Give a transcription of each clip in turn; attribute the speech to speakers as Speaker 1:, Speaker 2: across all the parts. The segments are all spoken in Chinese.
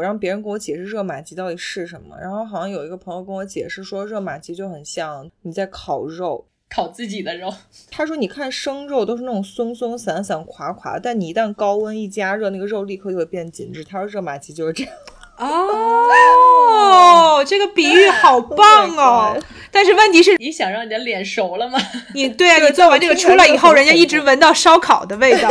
Speaker 1: 我让别人给我解释热玛吉到底是什么。然后好像有一个朋友跟我解释说，热玛吉就很像你在烤肉，
Speaker 2: 烤自己的肉，
Speaker 1: 他说：“你看生肉都是那种松松散散、垮垮，但你一旦高温一加热，那个肉立刻就会变紧致。”他说：“热玛吉就是这样。”
Speaker 3: 哦，这个比喻好
Speaker 1: Oh
Speaker 3: 棒哦！但是问题是，
Speaker 2: 你想让你的脸熟了吗？。
Speaker 3: 你对啊，你做完这个出来以后，人家一直闻到烧烤的 味道。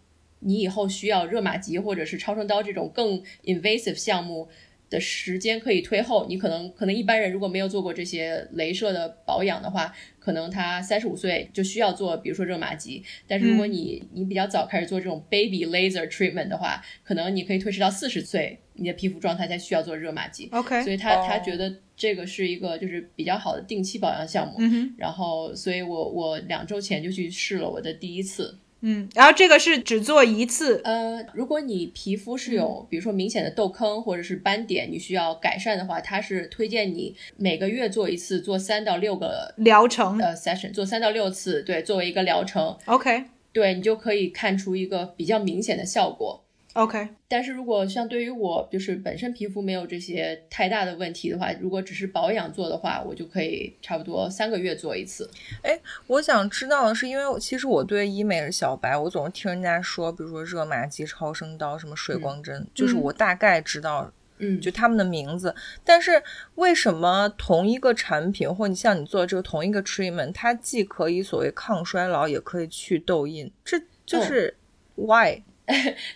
Speaker 2: 你以后需要热玛吉或者是超声刀这种更 invasive 项目的时间可以推后。你可能可能一般人如果没有做过这些镭射的保养的话，可能他三十五岁就需要做，比如说热玛吉。但是如果
Speaker 3: 嗯
Speaker 2: 你、你比较早开始做这种 baby laser treatment 的话，可能你可以推迟到四十岁，你的皮肤状态才需要做热玛吉。所
Speaker 3: 嗯，OK，
Speaker 2: 以他
Speaker 1: 哦
Speaker 2: 他觉得这个是一个就是比较好的定期保养项目。
Speaker 3: 嗯哼，
Speaker 2: 然后，所以我我两周前就去试了我的第一次。
Speaker 3: 嗯，然后这个是只做一次，
Speaker 2: 呃，如果你皮肤是有比如说明显的痘坑或者是斑点，你需要改善的话，它是推荐你每个月做一次，做三到六个
Speaker 3: 疗程
Speaker 2: 呃 session，做三到六次，对，作为一个疗程，
Speaker 3: ，OK
Speaker 2: 对你就可以看出一个比较明显的效果。
Speaker 3: OK，
Speaker 2: 但是如果像对于我就是本身皮肤没有这些太大的问题的话，如果只是保养做的话，我就可以差不多三个月做一次。
Speaker 1: 我想知道的是，因为我其实我对医美是小白，我总是听人家说，比如说热玛吉、超声刀、什么水光针，就是我大概知道
Speaker 2: 嗯，
Speaker 1: 就他们的名字。但是为什么同一个产品，或你像你做的这个同一个 treatment，它既可以所谓抗衰老，也可以去痘印？这
Speaker 2: 哦
Speaker 1: 就是 why？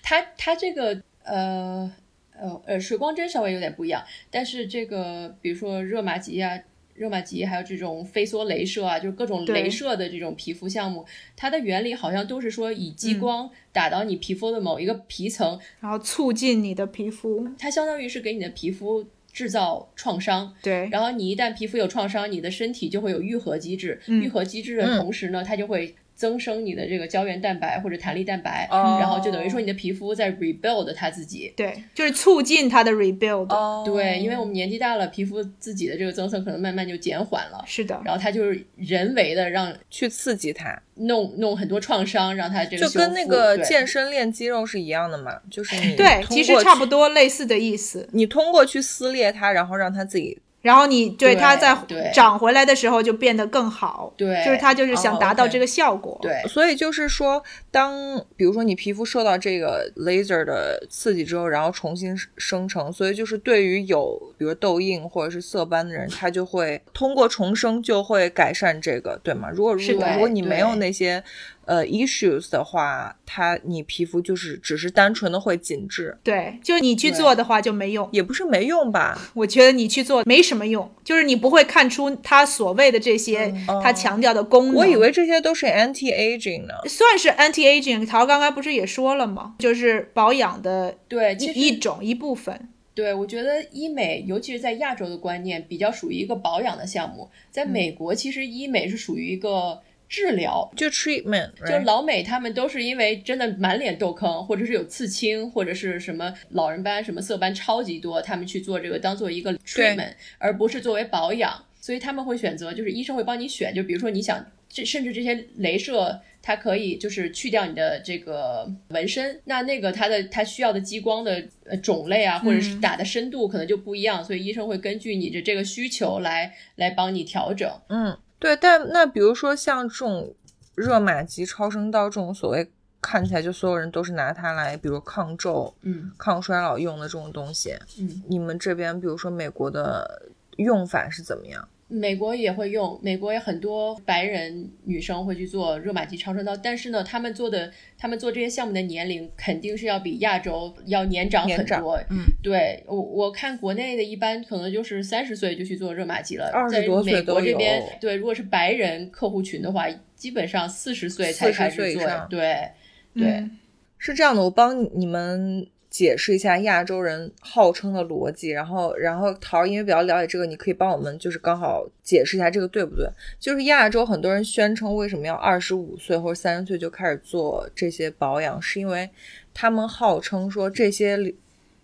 Speaker 2: 它它这个呃呃呃水光针稍微有点不一样，但是这个比如说热玛吉啊。热玛吉还有这种飞梭镭射啊，就是各种
Speaker 3: 对
Speaker 2: 镭射的这种皮肤项目，它的原理好像都是说以激
Speaker 3: 嗯
Speaker 2: 光打到你皮肤的某一个皮层，
Speaker 3: 然后促进你的皮肤，
Speaker 2: 它相当于是给你的皮肤制造创伤，
Speaker 3: 对，
Speaker 2: 然后你一旦皮肤有创伤，你的身体就会有愈合机制，
Speaker 3: 嗯
Speaker 2: 愈合机制的同时呢，它就会增生你的这个胶原蛋白或者弹力蛋白，
Speaker 1: 哦
Speaker 2: 然后就等于说你的皮肤在 rebuild 它自己。
Speaker 3: 对，就是促进它的 rebuild。
Speaker 1: 哦，
Speaker 2: 对，因为我们年纪大了，皮肤自己的这个增生可能慢慢就减缓了，
Speaker 3: 是的，
Speaker 2: 然后它就是人为的让
Speaker 1: 去刺激它，
Speaker 2: 弄弄很多创伤，让它这个
Speaker 1: 就
Speaker 2: 修
Speaker 1: 跟那
Speaker 2: 复
Speaker 1: 个
Speaker 2: 对
Speaker 1: 健身练肌肉是一样的嘛， 就是你
Speaker 3: 对，
Speaker 1: 通
Speaker 3: 其实
Speaker 1: 过
Speaker 3: 差
Speaker 1: 去
Speaker 3: 不多类似的意思。
Speaker 1: 你通过去撕裂它，然后让它自己
Speaker 3: 然后你对
Speaker 2: 对
Speaker 3: 它在
Speaker 2: 对
Speaker 3: 长回来的时候就变得更好，
Speaker 2: 对
Speaker 3: 就是它就是
Speaker 1: 哦
Speaker 3: 想达到
Speaker 1: ，OK
Speaker 3: 这个效果。
Speaker 2: 对
Speaker 1: 所以就是说，当比如说你皮肤受到这个 laser 的刺激之后，然后重新生成，所以就是对于有比如痘印或者是色斑的人，他就会通过重生就会改善这个，对吗？如果
Speaker 3: 是
Speaker 1: 如
Speaker 3: 的
Speaker 1: 果如果你
Speaker 2: 对
Speaker 1: 没有那些呃 issues 的话，它你皮肤就是只是单纯的会紧致，
Speaker 3: 对就是你去
Speaker 2: 对
Speaker 3: 做的话就没用。
Speaker 1: 也不是没用吧？
Speaker 3: 我觉得你去做没什么用，就是你不会看出它所谓的这些
Speaker 1: 嗯
Speaker 2: 哦
Speaker 3: 它强调的功能。
Speaker 1: 我以为这些都是 anti aging 呢。
Speaker 3: 算是 anti aging，陶刚刚不是也说了吗？就是保养的
Speaker 2: 对，
Speaker 3: 一
Speaker 2: 其实
Speaker 3: 一种一部分。
Speaker 2: 对，我觉得医美，尤其是在亚洲的观念，比较属于一个保养的项目。在
Speaker 1: 嗯
Speaker 2: 美国，其实医美是属于一个治疗，
Speaker 1: 就 treatment，
Speaker 2: 就
Speaker 1: right？
Speaker 2: 老美他们都是因为真的满脸痘坑，或者是有刺青，或者是什么老人斑、什么色斑超级多，他们去做这个当做一个 treatment，而不是作为保养。所以他们会选择，就是医生会帮你选，就比如说你想，这甚至这些镭射，它可以就是去掉你的这个纹身，那那个它的它需要的激光的呃种类啊，或者是打的深度可能就不一样，所以医生会根据你的这个需求来来帮你调整。
Speaker 1: 嗯，对，但那比如说像这种热玛吉、超声刀这种所谓看起来就所有人都是拿它来，比如抗皱、
Speaker 2: 嗯
Speaker 1: 抗衰老用的这种东西，
Speaker 2: 嗯。
Speaker 1: 你们这边比如说美国的用法是怎么样？
Speaker 2: 美国也会用，美国也很多白人女生会去做热玛吉超声刀，但是呢，他们做的，他们做这些项目的年龄肯定是要比亚洲要年长很
Speaker 1: 年长
Speaker 2: 多。
Speaker 1: 嗯，
Speaker 2: 对我我看国内的一般可能就是三十岁就去做热玛吉了，
Speaker 1: 20多岁
Speaker 2: 在美国
Speaker 1: 都
Speaker 2: 这
Speaker 1: 有
Speaker 2: 边，对，如果是白人客户群的话，基本上四十岁才
Speaker 1: 40
Speaker 2: 开始
Speaker 1: 岁以
Speaker 2: 做
Speaker 1: 上，
Speaker 2: 对对。
Speaker 3: 嗯
Speaker 1: 是这样的，我帮你们解释一下亚洲人号称的逻辑，然后，然后桃儿因为比较了解这个，你可以帮我们就是刚好解释一下这个对不对？就是亚洲很多人宣称为什么要二十五岁或者三十岁就开始做这些保养，是因为他们号称说这些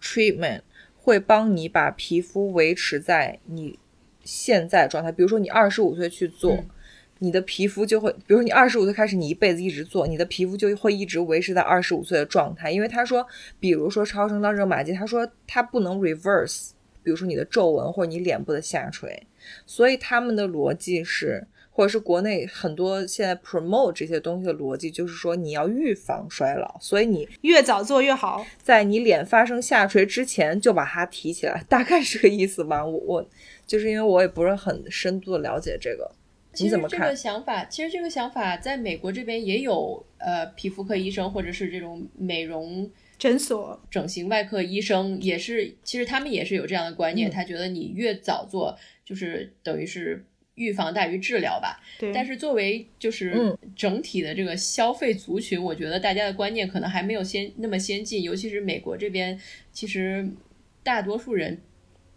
Speaker 1: treatment 会帮你把皮肤维持在你现在状态，比如说你二十五岁去做。
Speaker 2: 嗯
Speaker 1: 你的皮肤就会，比如你二十五岁开始，你一辈子一直做，你的皮肤就会一直维持在二十五岁的状态。因为他说，比如说超声刀热玛吉，他说它不能 reverse，比如说你的皱纹或者你脸部的下垂，所以他们的逻辑是，或者是国内很多现在 promote 这些东西的逻辑，就是说你要预防衰老，所以你
Speaker 3: 越早做越好。
Speaker 1: 在你脸发生下垂之前就把它提起来，大概是个意思吧。我我就是因为我也不是很深度的了解这个，
Speaker 2: 其
Speaker 1: 你
Speaker 2: 实
Speaker 1: 怎么
Speaker 2: 这
Speaker 1: 看
Speaker 2: 个？想法，其实这个想法在美国这边也有，呃，皮肤科医生或者是这种美容
Speaker 3: 诊所
Speaker 2: 整形外科医生也是，其实他们也是有这样的观念，
Speaker 1: 嗯
Speaker 2: 他觉得你越早做，就是等于是预防大于治疗吧。
Speaker 3: 对，
Speaker 2: 但是作为就是
Speaker 1: 嗯
Speaker 2: 整体的这个消费族群，我觉得大家的观念可能还没有先那么先进，尤其是美国这边，其实大多数人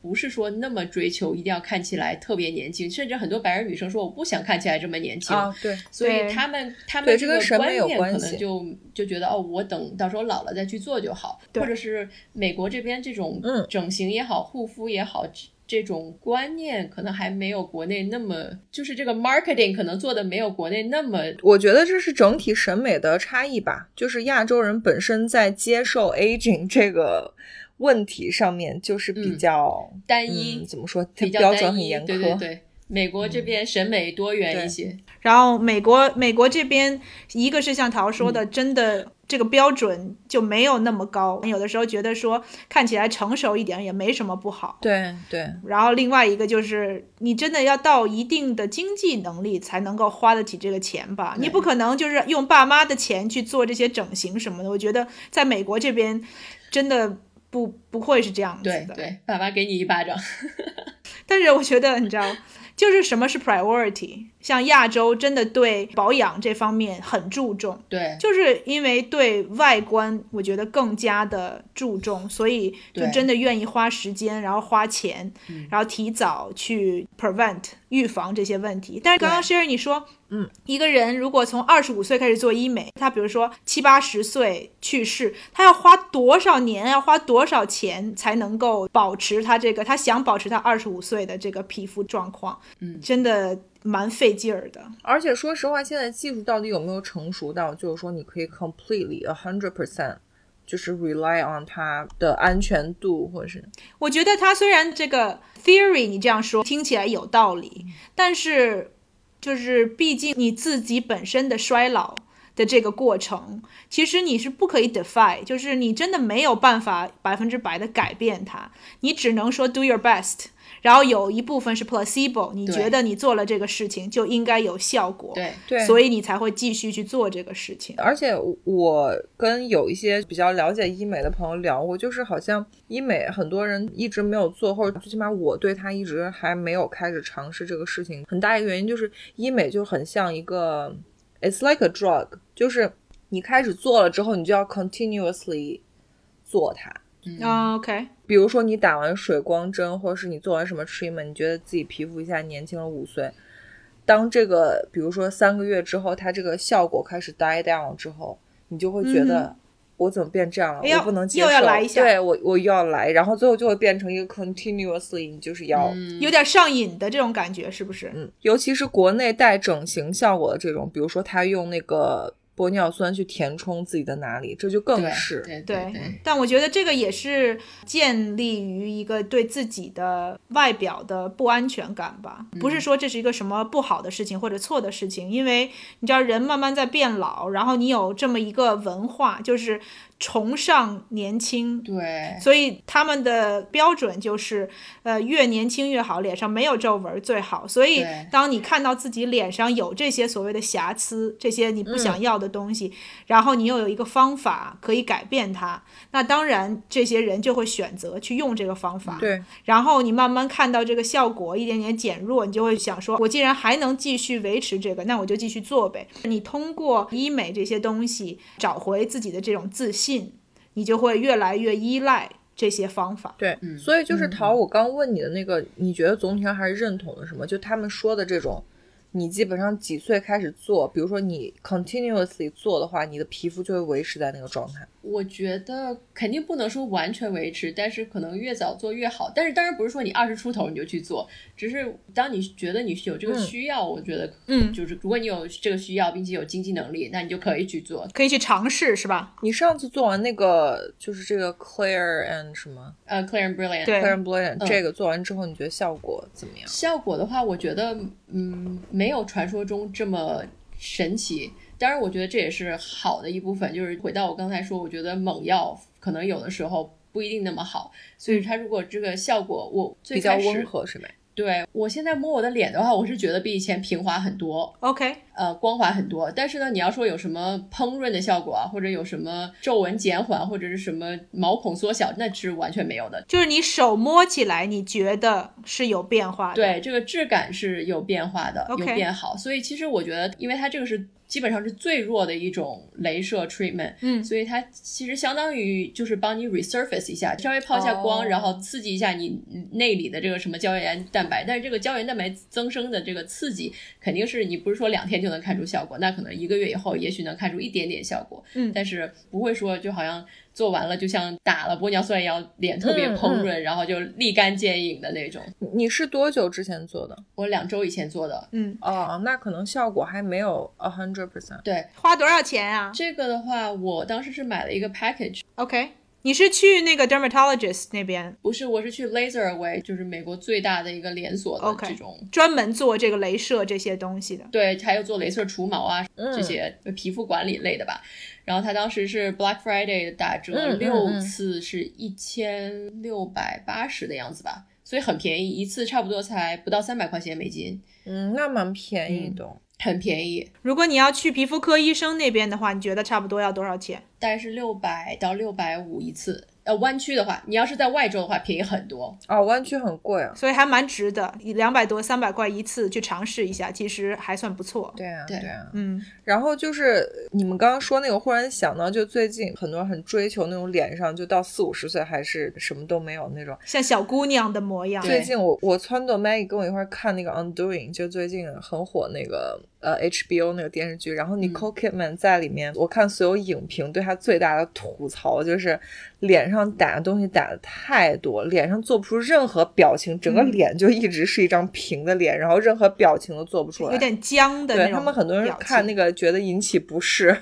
Speaker 2: 不是说那么追求一定要看起来特别年轻，甚至很多白人女生说我不想看起来这么年轻，
Speaker 1: 啊，对，
Speaker 2: 所以
Speaker 3: 对
Speaker 2: 他们他们
Speaker 1: 对
Speaker 2: 这
Speaker 1: 这跟审
Speaker 2: 观
Speaker 1: 美有
Speaker 2: 念
Speaker 1: 关
Speaker 2: 可
Speaker 1: 系
Speaker 2: 能就就觉得哦，我等到时候老了再去做就好，
Speaker 3: 对
Speaker 2: 或者是美国这边这种
Speaker 1: 嗯
Speaker 2: 整形也好，护肤也好。这这种观念可能还没有国内那么，就是这个 marketing 可能做的没有国内那么
Speaker 1: 我觉得这是整体审美的差异吧，就是亚洲人本身在接受 aging 这个问题上面就是比较
Speaker 2: 嗯单一，
Speaker 1: 嗯怎么说，它
Speaker 2: 比较
Speaker 1: 标
Speaker 2: 单
Speaker 1: 准很
Speaker 2: 一
Speaker 1: 严苛。嗯
Speaker 2: 对对对，美国这边审美多元一
Speaker 1: 对
Speaker 2: 些，
Speaker 3: 然后美国美国这边，一个是像桃说
Speaker 2: 嗯
Speaker 3: 的，真的这个标准就没有那么高，有的时候觉得说看起来成熟一点也没什么不好。
Speaker 1: 对对
Speaker 3: 然后另外一个就是，你真的要到一定的经济能力才能够花得起这个钱吧？你不可能就是用爸妈的钱去做这些整形什么的。我觉得在美国这边，真的不不会是这样子
Speaker 2: 对
Speaker 3: 的。
Speaker 2: 对，爸爸给你一巴掌，
Speaker 3: 但是我觉得，你知道，就是什么是 priority？像亚洲真的对保养这方面很注重，
Speaker 2: 对
Speaker 3: 就是因为对外观我觉得更加的注重，所以就
Speaker 2: 对
Speaker 3: 真的愿意花时间，然后花钱
Speaker 2: 嗯，
Speaker 3: 然后提早去 prevent 预防这些问题。但是刚刚 Sherry 你说
Speaker 1: 嗯，
Speaker 3: 一个人如果从二十五岁开始做医美，他比如说七八十岁去世，他要花多少年，要花多少钱才能够保持他这个他想保持他二十五岁的这个皮肤状况？
Speaker 2: 嗯
Speaker 3: 真的蛮费劲儿的。
Speaker 1: 而且说实话，现在技术到底有没有成熟到，就是说你可以 completely a hundred percent，就是 rely on 它的安全度，或者是
Speaker 3: 我觉得他虽然这个 theory 你这样说听起来有道理，但是就是毕竟你自己本身的衰老的这个过程，其实你是不可以 defy，就是你真的没有办法百分之百的改变它，你只能说 do your best。然后有一部分是 placebo，你
Speaker 2: 对
Speaker 3: 觉得你做了这个事情就应该有效果，
Speaker 2: 对，
Speaker 1: 对
Speaker 3: 所以你才会继续去做这个事情。
Speaker 1: 而且我跟有一些比较了解医美的朋友聊过，就是好像医美很多人一直没有做，或者最起码我对它一直还没有开始尝试这个事情，很大一个原因就是医美就很像一个，it's like a drug，就是你开始做了之后，你就要 continuously 做它。
Speaker 2: 嗯，
Speaker 3: 啊 OK，
Speaker 1: 比如说你打完水光针，或者是你做完什么 treatment，你觉得自己皮肤一下年轻了五岁。当这个比如说三个月之后，它这个效果开始 die down 之后，你就会觉得、
Speaker 3: 嗯
Speaker 1: 我怎么变这样了？
Speaker 3: 哎呀
Speaker 1: 我不能接受，
Speaker 3: 又要来一下
Speaker 1: 对我我又要来，然后最后就会变成一个 continuously，你就是要。嗯
Speaker 2: 嗯
Speaker 3: 有点上瘾的这种感觉，是不是？
Speaker 1: 尤其是国内带整形效果的这种，比如说他用那个玻尿酸去填充自己的哪里，这就更
Speaker 2: 对
Speaker 1: 是
Speaker 2: 对对
Speaker 3: 对
Speaker 2: 对，
Speaker 3: 但我觉得这个也是建立于一个对自己的外表的不安全感吧，不是说这是一个什么不好的事情或者错的事情，因为你知道人慢慢在变老，然后你有这么一个文化，就是崇尚年轻。
Speaker 2: 对
Speaker 3: 所以他们的标准就是，呃，越年轻越好，脸上没有皱纹最好。所以
Speaker 2: 对，
Speaker 3: 当你看到自己脸上有这些所谓的瑕疵，这些你不想要的东
Speaker 2: 嗯
Speaker 3: 西，然后你又有一个方法可以改变它，那当然这些人就会选择去用这个方法。
Speaker 1: 对，
Speaker 3: 然后你慢慢看到这个效果一点点减弱，你就会想说，我既然还能继续维持这个，那我就继续做呗。你通过医美这些东西找回自己的这种自信，你就会越来越依赖这些方法。
Speaker 1: 对，
Speaker 2: 嗯
Speaker 1: 所以就是
Speaker 3: 嗯
Speaker 1: 桃，我刚问你的那个，你觉得总体上还是认同的什么？就他们说的这种，你基本上几岁开始做，比如说你 continuously 做的话，你的皮肤就会维持在那个状态。
Speaker 2: 我觉得肯定不能说完全维持，但是可能越早做越好。但是当然不是说你二十出头你就去做，只是当你觉得你有这个
Speaker 1: 嗯
Speaker 2: 需要，我觉得
Speaker 3: 嗯，
Speaker 2: 就是如果你有这个需要，并且有经济能力，那你就可以去做。
Speaker 3: 可以去尝试，是吧？
Speaker 1: 你上次做完那个就是这个 Clear and 什么
Speaker 2: 呃、c l a r and Brilliant，
Speaker 3: 对
Speaker 1: Clear and Brilliant、
Speaker 2: 嗯
Speaker 1: 这个做完之后，你觉得效果怎么样？
Speaker 2: 效果的话，我觉得嗯，没有传说中这么神奇。当然，我觉得这也是好的一部分，就是回到我刚才说，我觉得猛药可能有的时候不一定那么好，所以它如果这个效果我
Speaker 1: 嗯
Speaker 2: 最
Speaker 1: 比较
Speaker 2: 开始
Speaker 1: 温和是呗？
Speaker 2: 对我现在摸我的脸的话，我是觉得比以前平滑很多，
Speaker 3: OK，
Speaker 2: 呃，光滑很多。但是呢，你要说有什么烹润的效果啊，或者有什么皱纹减缓，或者是什么毛孔缩小，那是完全没有的。
Speaker 3: 就是你手摸起来，你觉得是有变化的。
Speaker 2: 对，这个质感是有变化的
Speaker 3: OK
Speaker 2: 有变好。所以其实我觉得，因为它这个是基本上是最弱的一种镭射 treatment，
Speaker 3: 嗯
Speaker 2: 所以它其实相当于就是帮你 resurface 一下，稍微抛一下光
Speaker 1: 哦
Speaker 2: 然后刺激一下你内里的这个什么胶原蛋白。但是这个胶原蛋白增生的这个刺激，肯定是你不是说两天就能看出效果，那可能一个月以后也许能看出一点点效果，
Speaker 3: 嗯
Speaker 2: 但是不会说就好像做完了就像打了玻尿酸一样，脸特别
Speaker 1: 嗯
Speaker 2: 烹润，然后就立竿见影的那种。
Speaker 1: 你你是多久之前做的？
Speaker 2: 我两周以前做的，
Speaker 3: 嗯，
Speaker 1: 哦，那可能效果还没有 a hundred percent。
Speaker 2: 对
Speaker 3: 花多少钱啊
Speaker 2: 这个的话，我当时是买了一个 package。
Speaker 3: ？OK，你是去那个 dermatologist 那边
Speaker 2: 不是，我是去 Laser Away，就是美国最大的一个连锁的
Speaker 3: OK
Speaker 2: 这种
Speaker 3: 专门做这个镭射这些东西的。
Speaker 2: 对，还有做镭射除毛啊
Speaker 1: 嗯
Speaker 2: 这些皮肤管理类的吧。然后他当时是 Black Friday 打折
Speaker 1: 嗯嗯
Speaker 2: 六
Speaker 1: 嗯
Speaker 2: 次是一千六百八十的样子吧，所以很便宜，一次差不多才不到三百块钱美金，
Speaker 1: 嗯，那蛮便宜的。
Speaker 2: 很便宜，
Speaker 3: 如果你要去皮肤科医生那边的话，你觉得差不多要多少钱？
Speaker 2: 大概是六百到六百五一次。呃湾区的话，你要是在外州的话，便宜很多。
Speaker 1: 哦，湾区很贵啊。
Speaker 3: 所以还蛮值的，两百多、三百块一次去尝试一下，其实还算不错。
Speaker 1: 对啊，
Speaker 2: 对
Speaker 1: 啊。
Speaker 3: 嗯，
Speaker 1: 然后就是你们刚刚说那个，忽然想到，就最近很多人很追求那种脸上就到四五十岁还是什么都没有那种。
Speaker 3: 像小姑娘的模样，
Speaker 1: 最近我我撺掇 Maggie 跟我一块儿看那个《Undoing》，就最近很火那个呃 HBO 那个电视剧，然
Speaker 3: 嗯
Speaker 1: 后 Nicole Kidman 在里面，我看所有影评对她最大的吐槽就是脸上打的东西打的太多，脸上做不出任何表情，整个
Speaker 3: 嗯
Speaker 1: 脸就一直是一张平的脸，然后任何表情都做不出来，
Speaker 3: 有点僵的那
Speaker 1: 对
Speaker 3: 种。
Speaker 1: 他们很多人看那
Speaker 3: 个。
Speaker 1: 个觉得引起不适，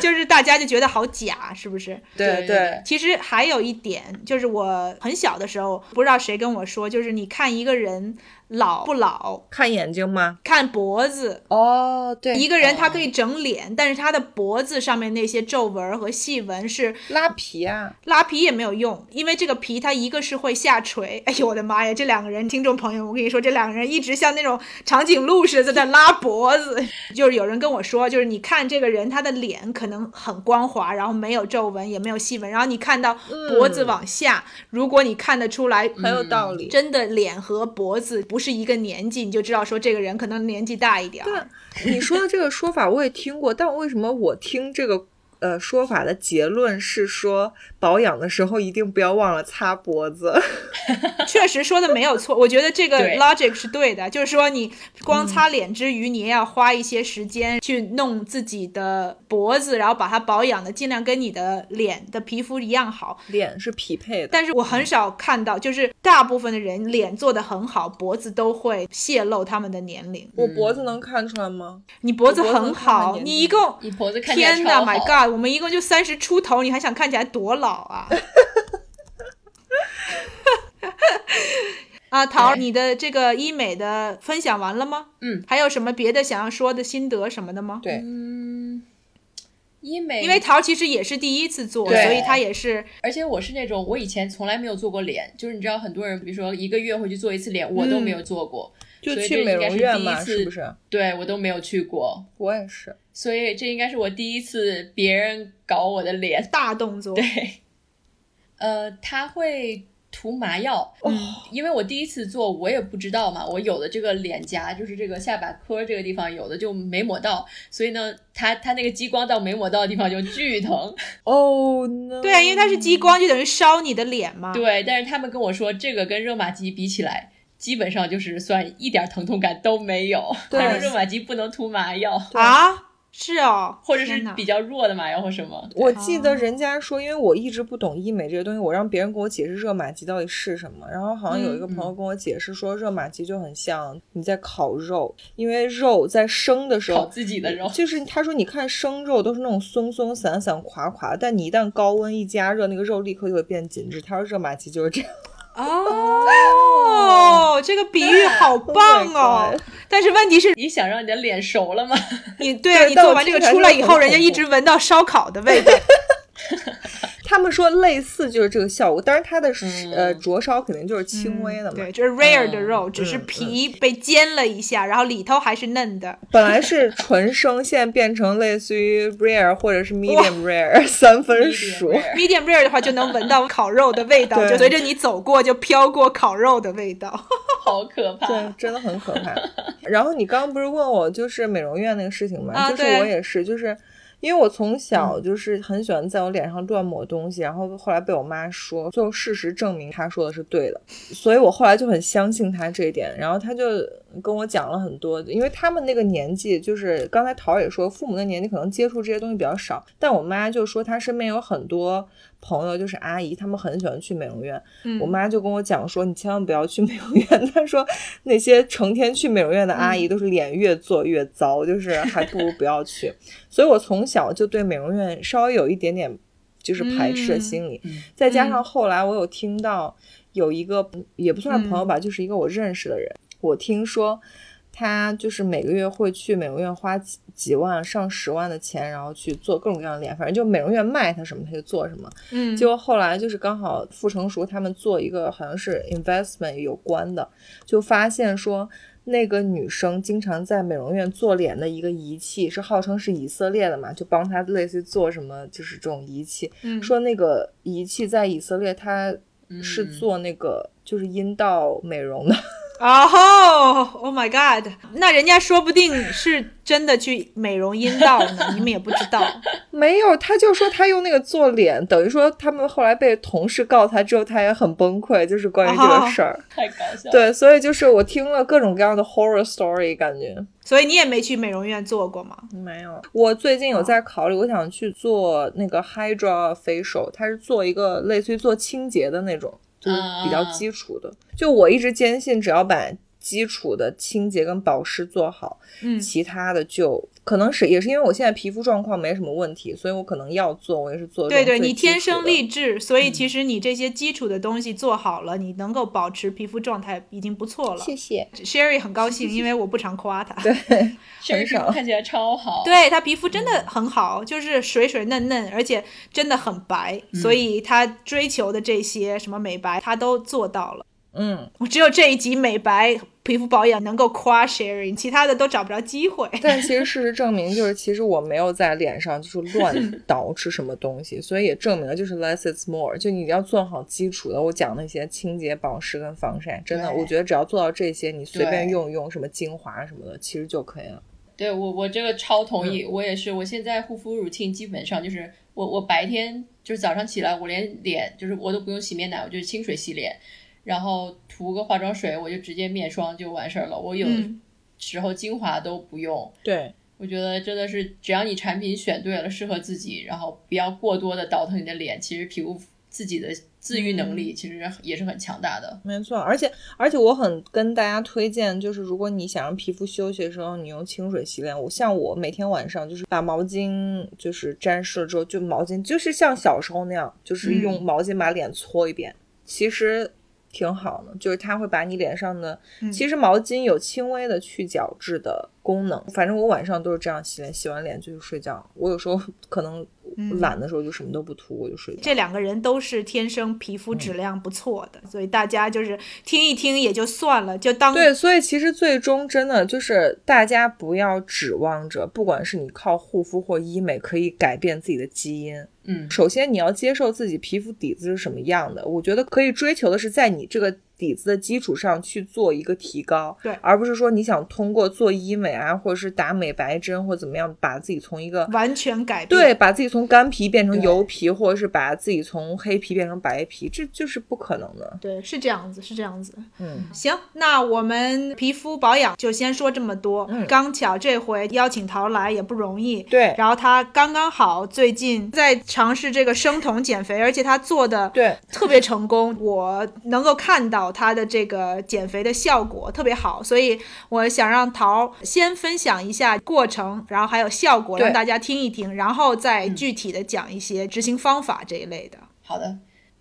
Speaker 3: 就是大家就觉得好假，是不是？
Speaker 2: 对
Speaker 1: 对，
Speaker 3: 其实还有一点，就是我很小的时候，不知道谁跟我说，就是你看一个人老不老，
Speaker 1: 看眼睛吗？
Speaker 3: 看脖子，
Speaker 1: 哦，对
Speaker 3: 一个人他
Speaker 2: 哦
Speaker 3: 可以整脸，但是他的脖子上面那些皱纹和细纹是
Speaker 1: 拉皮啊，
Speaker 3: 拉皮也没有用，因为这个皮它一个是会下垂， 哎呦我的妈呀，这两个人，听众朋友，我跟你说，这两个人一直像那种长颈鹿似的在那拉脖子。 就是有人跟我说，就是你看这个人，他的脸可能很光滑，然后没有皱纹，也没有细纹，然后你看到脖子往下，如果你看得出来，嗯
Speaker 1: 很有道理。
Speaker 3: 真的脸和脖子不是一个年纪，你就知道说这个人可能年纪大一点儿。啊
Speaker 1: 嗯 你说的这个说法我也听过，但为什么我听这个呃说法的结论是说保养的时候一定不要忘了擦脖子？
Speaker 3: 确实说的没有错，我觉得这个
Speaker 2: 对
Speaker 3: logic 是对的，就是说你
Speaker 1: 嗯
Speaker 3: 光擦脸之余，你也要花一些时间去弄自己的脖子，然后把它保养的尽量跟你的脸的皮肤一样好。
Speaker 1: 脸是匹配的，
Speaker 3: 但是我很少看到，就是大部分的人脸做的很好，脖子都会泄露他们的年龄。
Speaker 1: 我脖子能看出来吗？
Speaker 3: 你脖子
Speaker 1: 我脖子
Speaker 3: 很
Speaker 1: 看看
Speaker 3: 好，
Speaker 1: 年
Speaker 3: 你
Speaker 1: 龄
Speaker 3: 一共
Speaker 2: 你脖子看起来
Speaker 3: 天呐
Speaker 2: 超好
Speaker 3: m y God，我们一共就三十出头，你还想看起来多老啊？ 啊，桃儿，
Speaker 2: 对
Speaker 3: 你的这个医美的分享完了吗？
Speaker 2: 嗯，
Speaker 3: 还有什么别的想要说的心得什么的吗？
Speaker 1: 对，
Speaker 2: 嗯，因为
Speaker 3: 因为桃儿其实也是第一次做，
Speaker 1: 对
Speaker 3: 所以她也是
Speaker 2: 而且我是那种我以前从来没有做过脸，就是你知道很多人，比如说一个月会去做一次
Speaker 3: 嗯
Speaker 2: 脸，我都没有做过，
Speaker 1: 就
Speaker 2: 所以这
Speaker 1: 去美
Speaker 2: 应该
Speaker 1: 容
Speaker 2: 是
Speaker 1: 院
Speaker 2: 第一
Speaker 1: 嘛，
Speaker 2: 次
Speaker 1: 是不是？
Speaker 2: 对我都没有去过，
Speaker 1: 我也是，
Speaker 2: 所以这应该是我第一次别人搞我的脸。
Speaker 3: 大动作，
Speaker 2: 对，呃，他会涂麻药，
Speaker 1: 嗯
Speaker 2: 因为我第一次做，我也不知道嘛，我有的这个脸颊就是这个下巴颏这个地方有的就没抹到，所以呢，他他那个激光到没抹到的地方就巨疼。
Speaker 1: 哦、no，
Speaker 3: 对啊，因为它是激光，就等于烧你的脸
Speaker 1: 啊
Speaker 3: 嘛。
Speaker 2: 对，但是他们跟我说，这个跟热玛吉比起来，基本上就是算一点疼痛感都没有。
Speaker 1: 对
Speaker 2: 反正热玛吉不能涂麻药，
Speaker 3: 啊，是哦，
Speaker 2: 或者是
Speaker 3: 天哪
Speaker 2: 比较弱的麻药或什么。
Speaker 1: 我记
Speaker 2: 哦
Speaker 1: 得人家说，因为我一直不懂医美这个东西，我让别人给我解释热玛吉到底是什么。然后好像有一个
Speaker 2: 嗯
Speaker 1: 朋友跟我解释说，热玛吉就很像你在烤肉，因为肉在生的时
Speaker 2: 烤
Speaker 1: 候。
Speaker 2: 自己的肉，
Speaker 1: 就是他说，你看生肉都是那种松松散散、垮垮，但你一旦高温一加热，那个肉立刻就会变紧致。他说热玛吉就是这样。
Speaker 3: 哦，这个比喻好棒
Speaker 1: Oh my
Speaker 3: 哦
Speaker 1: god！
Speaker 3: 但是问题是，
Speaker 2: 你想让你的脸熟了吗？
Speaker 3: 你对啊，
Speaker 1: 对
Speaker 3: 你
Speaker 1: 但
Speaker 3: 做
Speaker 1: 我
Speaker 3: 完这
Speaker 1: 听起
Speaker 3: 个
Speaker 1: 来
Speaker 3: 出
Speaker 1: 就
Speaker 3: 来
Speaker 1: 很
Speaker 3: 以后，人家
Speaker 1: 恐
Speaker 3: 一
Speaker 1: 怖
Speaker 3: 直闻到烧烤的味道。
Speaker 1: 他们说类似就是这个效果，当然它的、
Speaker 2: 嗯
Speaker 1: 呃灼烧肯定就是 轻微的嘛。
Speaker 3: 对，这是 rare 的
Speaker 2: 嗯
Speaker 3: 肉，只是
Speaker 1: 嗯嗯
Speaker 3: 皮被煎了一下，然后里头还是嫩的。
Speaker 1: 本来是纯生，现在变成类似于 rare 或者是 medium rare 三分熟。
Speaker 3: medium rare 的话，就能闻到烤肉的味道，
Speaker 1: 对
Speaker 3: 就随着你走过，就飘过烤肉的味道。
Speaker 2: 好可怕。
Speaker 1: 对，真的很可怕。然后你刚刚不是问我就是美容院那个事情吗？
Speaker 3: 啊
Speaker 1: 就是
Speaker 3: 对
Speaker 1: 我也是，就是因为我从小就是很喜欢在我脸上乱抹东西，然后后来被我妈说，最后事实证明她说的是对的，所以我后来就很相信她这一点。然后她就跟我讲了很多，因为他们那个年纪，就是刚才桃儿也说，父母那年纪可能接触这些东西比较少，但我妈就说她身边有很多朋友，就是阿姨，她们很喜欢去美容院。
Speaker 3: 嗯
Speaker 1: 我妈就跟我讲说，你千万不要去 美容院。她说那些成天去美容院的阿
Speaker 2: 嗯
Speaker 1: 姨都是脸越做越糟，就是还不如不要去。所以我从小就对美容院稍微有一点点就是排斥的心理，
Speaker 2: 嗯
Speaker 1: 再加上后来我有听到有一个也不算是
Speaker 2: 嗯
Speaker 1: 朋友吧，就是一个我认识的人，我听说。他就是每个月会去美容院花几几万上十万的钱，然后去做各种各样的脸，反正就美容院卖他什么他就做什么。
Speaker 3: 嗯，
Speaker 1: 结果后来就是刚好傅成熟他们做一个好像是 investment 有关的，就发现说那个女生经常在美容院做脸的一个仪器，是号称是以色列的嘛，就帮她类似于做什么，就是这种仪器。
Speaker 3: 嗯
Speaker 1: 说那个仪器在以色列，它是
Speaker 2: 嗯
Speaker 1: 做那个就是阴道美容的。
Speaker 3: 哦、o h my God！那人家说不定是真的去美容阴道呢，你们也不知道。
Speaker 1: 没有，他就说他用那个做脸，等于说他们后来被同事告他之后，他也很崩溃，就是关于这
Speaker 3: 哦
Speaker 1: 个事儿。
Speaker 2: 太搞笑了。，
Speaker 1: 对，所以就是我听了各种各样的 horror story，感觉
Speaker 3: 所以你也没去美容院做过吗？
Speaker 1: 没有。我最
Speaker 3: 哦
Speaker 1: 近有在考虑，我想去做那个 hydra facial，它是做一个类似于做清洁的那种，就是
Speaker 3: 嗯
Speaker 1: 比较
Speaker 2: 啊
Speaker 1: 基础的。就我一直坚信，只要把基础的清洁跟保湿做好，
Speaker 3: 嗯
Speaker 1: 其他的就可能是也是因为我现在皮肤状况没什么问题，所以我可能要做，我也是做这
Speaker 3: 对
Speaker 1: 种
Speaker 3: 对，
Speaker 1: 最
Speaker 3: 你
Speaker 1: 基
Speaker 3: 天
Speaker 1: 础
Speaker 3: 生
Speaker 1: 的嗯
Speaker 3: 丽质，所以其实你这些基础的东西做好了，你能够保持皮肤状态已经不错了。
Speaker 1: 谢。
Speaker 3: Sherry 很高兴，因为我不常夸她， 对
Speaker 2: 确实
Speaker 1: 很
Speaker 2: 是
Speaker 1: 少
Speaker 2: 看起来超好。，
Speaker 3: 她皮肤真的很好，就是水水嫩嫩，而且真的很白，所
Speaker 2: 嗯
Speaker 3: 以她追求的这些什么美白，她都做到了。
Speaker 1: 嗯，
Speaker 3: 我只有这一集美白皮肤保养能够夸 Sherry，其他的都找不着机会。
Speaker 1: 但其实事实证明，就是其实我没有在脸上就是
Speaker 2: 嗯
Speaker 1: 乱 捯饬什么东西，所以也证明了就是 less is more，就你要做好基础的。我讲那些清洁、保湿跟防晒，真的，
Speaker 2: 对
Speaker 1: 我觉得只要做到这些，你随便
Speaker 2: 对
Speaker 1: 用一用什么精华什么的，其实就可以了。
Speaker 2: 对我我这个超同
Speaker 1: 嗯
Speaker 2: 意，我也是。我现在护肤 routine 基本上就是我我白天就是早上起来，我连脸就是我都不用洗面奶，我就是清水洗脸，然后涂个化妆水，我就直接面霜就完事儿了。我有
Speaker 3: 嗯
Speaker 2: 时候精华都不用。
Speaker 1: 对，
Speaker 2: 我觉得真的是，只要你产品选对了，适合自己，然后不要过多的倒腾你的脸，其实皮肤自己的自愈能力其实也是很强大的。
Speaker 1: 没错。而且而且我很跟大家推荐，就是如果你想让皮肤休息的时候，你用清水洗脸。我像我每天晚上就是把毛巾就是沾湿了之后，就毛巾就是像小时候那样，就是
Speaker 3: 嗯
Speaker 1: 用毛巾把脸搓一遍，其实挺好的，就是它会把你脸上的。
Speaker 3: 嗯
Speaker 1: 其实毛巾有轻微的去角质的功能，反正我晚上都是这样洗脸，洗完脸就去睡觉。我有时候可能
Speaker 3: 嗯
Speaker 1: 懒的时候就什么都不涂，我就睡觉。
Speaker 3: 这两个人都是天生皮
Speaker 1: 嗯
Speaker 3: 肤质量不错的，所以大家就是听一听也就算了，就当
Speaker 1: 对，所以其实最终真的就是大家不要指望着，不管是你靠护肤或医美可以改变自己的基因。
Speaker 2: 嗯，
Speaker 1: 首先你要接受自己皮肤底子是什么样的，我觉得可以追求的是在你这个底子的基础上去做一个提高，
Speaker 3: 对
Speaker 1: 而不是说你想通过做医美啊，或者是打美白针或怎么样，把自己从一个
Speaker 3: 完全改变。
Speaker 1: 对，把自己从干皮变成
Speaker 2: 对
Speaker 1: 油皮，或者是把自己从黑皮变成白皮，这就是不可能的。
Speaker 3: 对，是这样子，是这样子。
Speaker 1: 嗯，
Speaker 3: 行，那我们皮肤保养就先说这么多。
Speaker 1: 嗯
Speaker 3: 刚巧这回邀请桃来也不容易，
Speaker 1: 对
Speaker 3: 然后她刚刚好最近在尝试这个生酮减肥，而且她做的
Speaker 1: 对，
Speaker 3: 特别成功，我能够看到她的这个减肥的效果特别好，所以我想让桃先分享一下过程，然后还有效果，
Speaker 1: 对
Speaker 3: 让大家听一听，然后再具体的讲一些执行方法这一类的。
Speaker 2: 好的，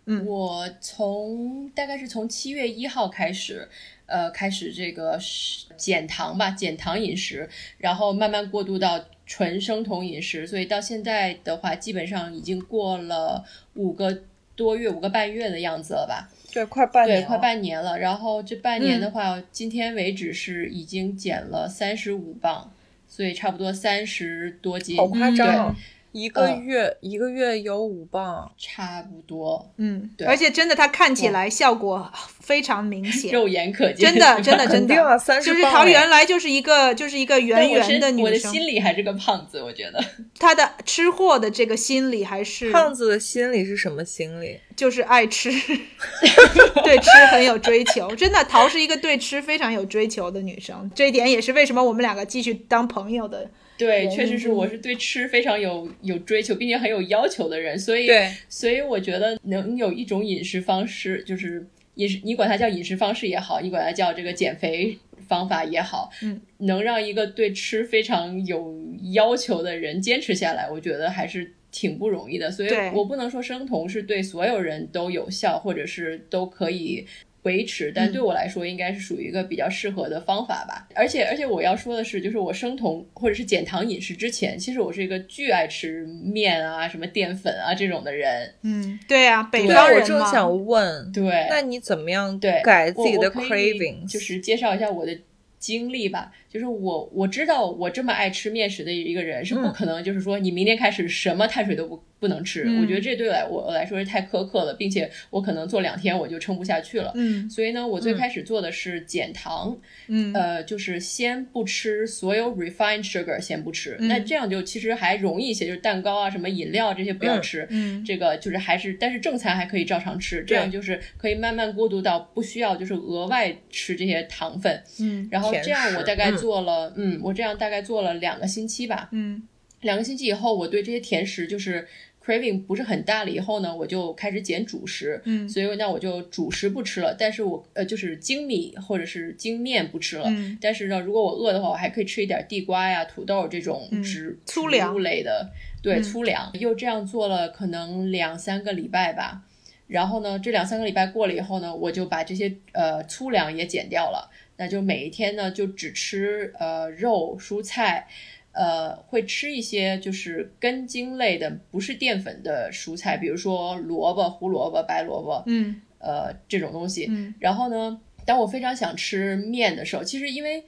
Speaker 3: 嗯
Speaker 2: 我从大概是从七月一号开始，呃，开始这个是减糖吧，减糖饮食，然后慢慢过渡到纯生酮饮食，所以到现在的话，基本上已经过了五个多月，五个半月的样子了吧。
Speaker 1: 对，快半
Speaker 2: 对，
Speaker 1: 年，
Speaker 2: 快，半年了。然后这半
Speaker 3: 嗯
Speaker 2: 年的话，今天为止是已经减了三十五磅，所以差不多三十多斤，
Speaker 1: 好夸张、哦
Speaker 3: 嗯
Speaker 1: 一个
Speaker 2: 嗯
Speaker 1: 月、一个月有五磅，
Speaker 2: 差不多，
Speaker 3: 嗯，
Speaker 2: 对
Speaker 3: 而且真的她看起来效果非常明显。
Speaker 2: 肉眼可见。
Speaker 3: 真的，
Speaker 2: 是吧
Speaker 3: 真的，真
Speaker 1: 肯定
Speaker 3: 的，
Speaker 1: 啊30
Speaker 3: 就是
Speaker 1: 磅
Speaker 3: 桃
Speaker 1: 哎
Speaker 3: 原来就是一个就是一个
Speaker 2: 但
Speaker 3: 圆
Speaker 2: 我
Speaker 3: 圆
Speaker 2: 身
Speaker 3: 的
Speaker 2: 我
Speaker 3: 女
Speaker 2: 的
Speaker 3: 生，
Speaker 2: 心里还是个胖子，我觉得。
Speaker 3: 她的吃货的这个心理还是
Speaker 1: 胖子的心理是什么心理？
Speaker 3: 就是 爱吃， 对吃很有追求。真的，桃是一个对吃非常有追求的女生，这一点也是为什么我们两个继续当朋友的。
Speaker 2: 对，
Speaker 3: 原
Speaker 2: 确实
Speaker 3: 因
Speaker 2: 是，我是对吃非常有有追求，并且很有要求的人，所以，
Speaker 1: 对
Speaker 2: 所以我觉得能有一种饮食方式，就是饮食，你管它叫饮食方式也好，你管它叫这个减肥方法也好，
Speaker 3: 嗯，
Speaker 2: 能让一个对吃非常有要求的人坚持下来，我觉得还是挺不容易的。所以
Speaker 3: 对
Speaker 2: 我不能说生酮是对所有人都有效，或者是都可以维持，但
Speaker 3: 嗯
Speaker 2: 对我来说应该是属于一个比较适合的方法吧。而且而且我要说的是，就是我生酮或者是减糖饮食之前，其实我是一个巨爱吃面啊、什么淀粉啊这种的人。
Speaker 3: 嗯，对啊，北
Speaker 1: 对，
Speaker 3: 方
Speaker 1: 我
Speaker 3: 人
Speaker 1: 正
Speaker 3: 嘛，
Speaker 1: 想问，
Speaker 2: 对，
Speaker 1: 那你怎么样
Speaker 2: 对
Speaker 1: 改自
Speaker 2: 我
Speaker 1: 己
Speaker 2: 我
Speaker 1: 的
Speaker 2: 可以
Speaker 1: cravings？
Speaker 2: 就是介绍一下我的经历吧，就是我我知道我这么爱吃面食的一个人是不
Speaker 1: 嗯
Speaker 2: 可能，就是说你明天开始什么碳水都不不能吃，
Speaker 3: 嗯
Speaker 2: 我觉得这对我来我来说是太苛刻了，并且我可能做两天我就撑不下去了。
Speaker 3: 嗯
Speaker 2: 所以呢，我最
Speaker 1: 嗯
Speaker 2: 开始做的是减糖，
Speaker 3: 嗯
Speaker 2: 呃，就是先不吃所有 refined sugar，先不吃。
Speaker 3: 嗯
Speaker 2: 那这样就其实还容易一些，就是蛋糕啊、什么饮料啊这些不要
Speaker 1: 嗯
Speaker 2: 吃。
Speaker 3: 嗯
Speaker 2: 这个就是还是，但是正餐还可以照常吃，这
Speaker 1: 对
Speaker 2: 样就是可以慢慢过渡到不需要就是额外吃这些糖分。
Speaker 3: 嗯
Speaker 2: 然后
Speaker 1: 甜
Speaker 2: 这样
Speaker 1: 食
Speaker 2: 我大概
Speaker 1: 嗯
Speaker 2: 做了，嗯我这样大概做了两个星期吧。
Speaker 3: 嗯
Speaker 2: 两个星期以后，我对这些甜食就是 craving 不是很大了，以后呢，我就开始减主食。
Speaker 3: 嗯
Speaker 2: 所以那我就主食不吃了，但是我呃就是精米或者是精面不吃了。
Speaker 3: 嗯
Speaker 2: 但是呢，如果我饿的话，我还可以吃一点地瓜呀、土豆这种
Speaker 3: 嗯
Speaker 2: 植、植
Speaker 3: 粗粮
Speaker 2: 物类的，对、
Speaker 3: 嗯
Speaker 2: 粗粮。又这样做了可能两三个礼拜吧。然后呢，这两三个礼拜过了以后呢，我就把这些呃粗粮也减掉了。那就每一天呢，就只吃呃肉、蔬菜，呃，会吃一些就是根茎类的，不是淀粉的蔬菜，比如说萝卜、胡萝卜、白萝卜，
Speaker 3: 嗯
Speaker 2: 呃，这种东西。
Speaker 3: 嗯
Speaker 2: 然后呢，当我非常想吃面的时候，其实因为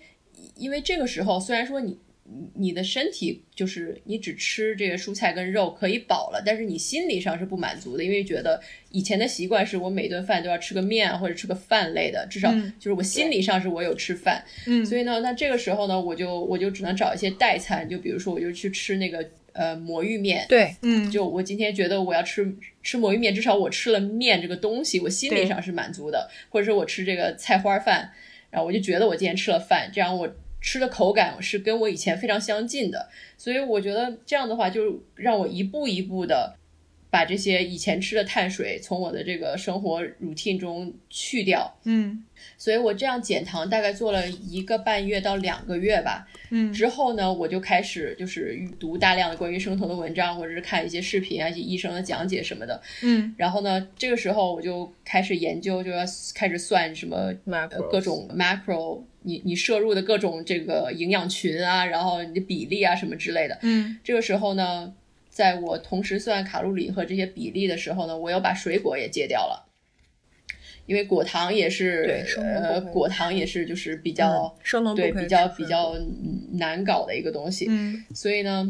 Speaker 2: 因为这个时候虽然说你。你你的身体就是你只吃这个蔬菜跟肉可以饱了，但是你心理上是不满足的，因为觉得以前的习惯是我每顿饭都要吃个面啊或者吃个饭类的，至少
Speaker 3: 嗯
Speaker 2: 就是我心理上是我有吃饭，
Speaker 3: 嗯，
Speaker 2: 所
Speaker 3: 以
Speaker 2: 以呢，那这个时候呢，我就我就只能找一些代餐，就比如说我就去吃那个呃魔芋面，
Speaker 1: 对，
Speaker 3: 嗯
Speaker 2: 就我今天觉得我要吃吃魔芋面，至少我吃了面这个东西，我心
Speaker 3: 对
Speaker 2: 理上是满足的，或者是我吃这个菜花饭，然后我就觉得我今天吃了饭，这样我吃的口感是跟我以前非常相近的，所以我觉得这样的话，就让我一步一步的把这些以前吃的碳水从我的这个生活 routine 中去掉，
Speaker 3: 嗯
Speaker 2: 所以我这样减糖大概做了一个半月到两个月吧，
Speaker 3: 嗯
Speaker 2: 之后呢，我就开始就是读大量的关于生酮的文章，或者是看一些视频啊、一些医生的讲解什么的。
Speaker 3: 嗯
Speaker 2: 然后呢，这个时候我就开始研究，就要开始算什么呃
Speaker 1: Macros
Speaker 2: 各种 macro，你你摄入的各种这个营养群啊，然后你的比例啊什么之类的。
Speaker 3: 嗯
Speaker 2: 这个时候呢，在我同时算卡路里和这些比例的时候呢，我又把水果也戒掉了，因为果糖也是
Speaker 1: 对生酮不
Speaker 2: 呃
Speaker 1: 可以
Speaker 2: 果糖也是就是比较。
Speaker 1: 嗯生酮不
Speaker 2: 对
Speaker 1: 可以
Speaker 2: 比较
Speaker 1: 吃
Speaker 2: 比较难搞的一个东西。
Speaker 3: 嗯
Speaker 2: 所以呢，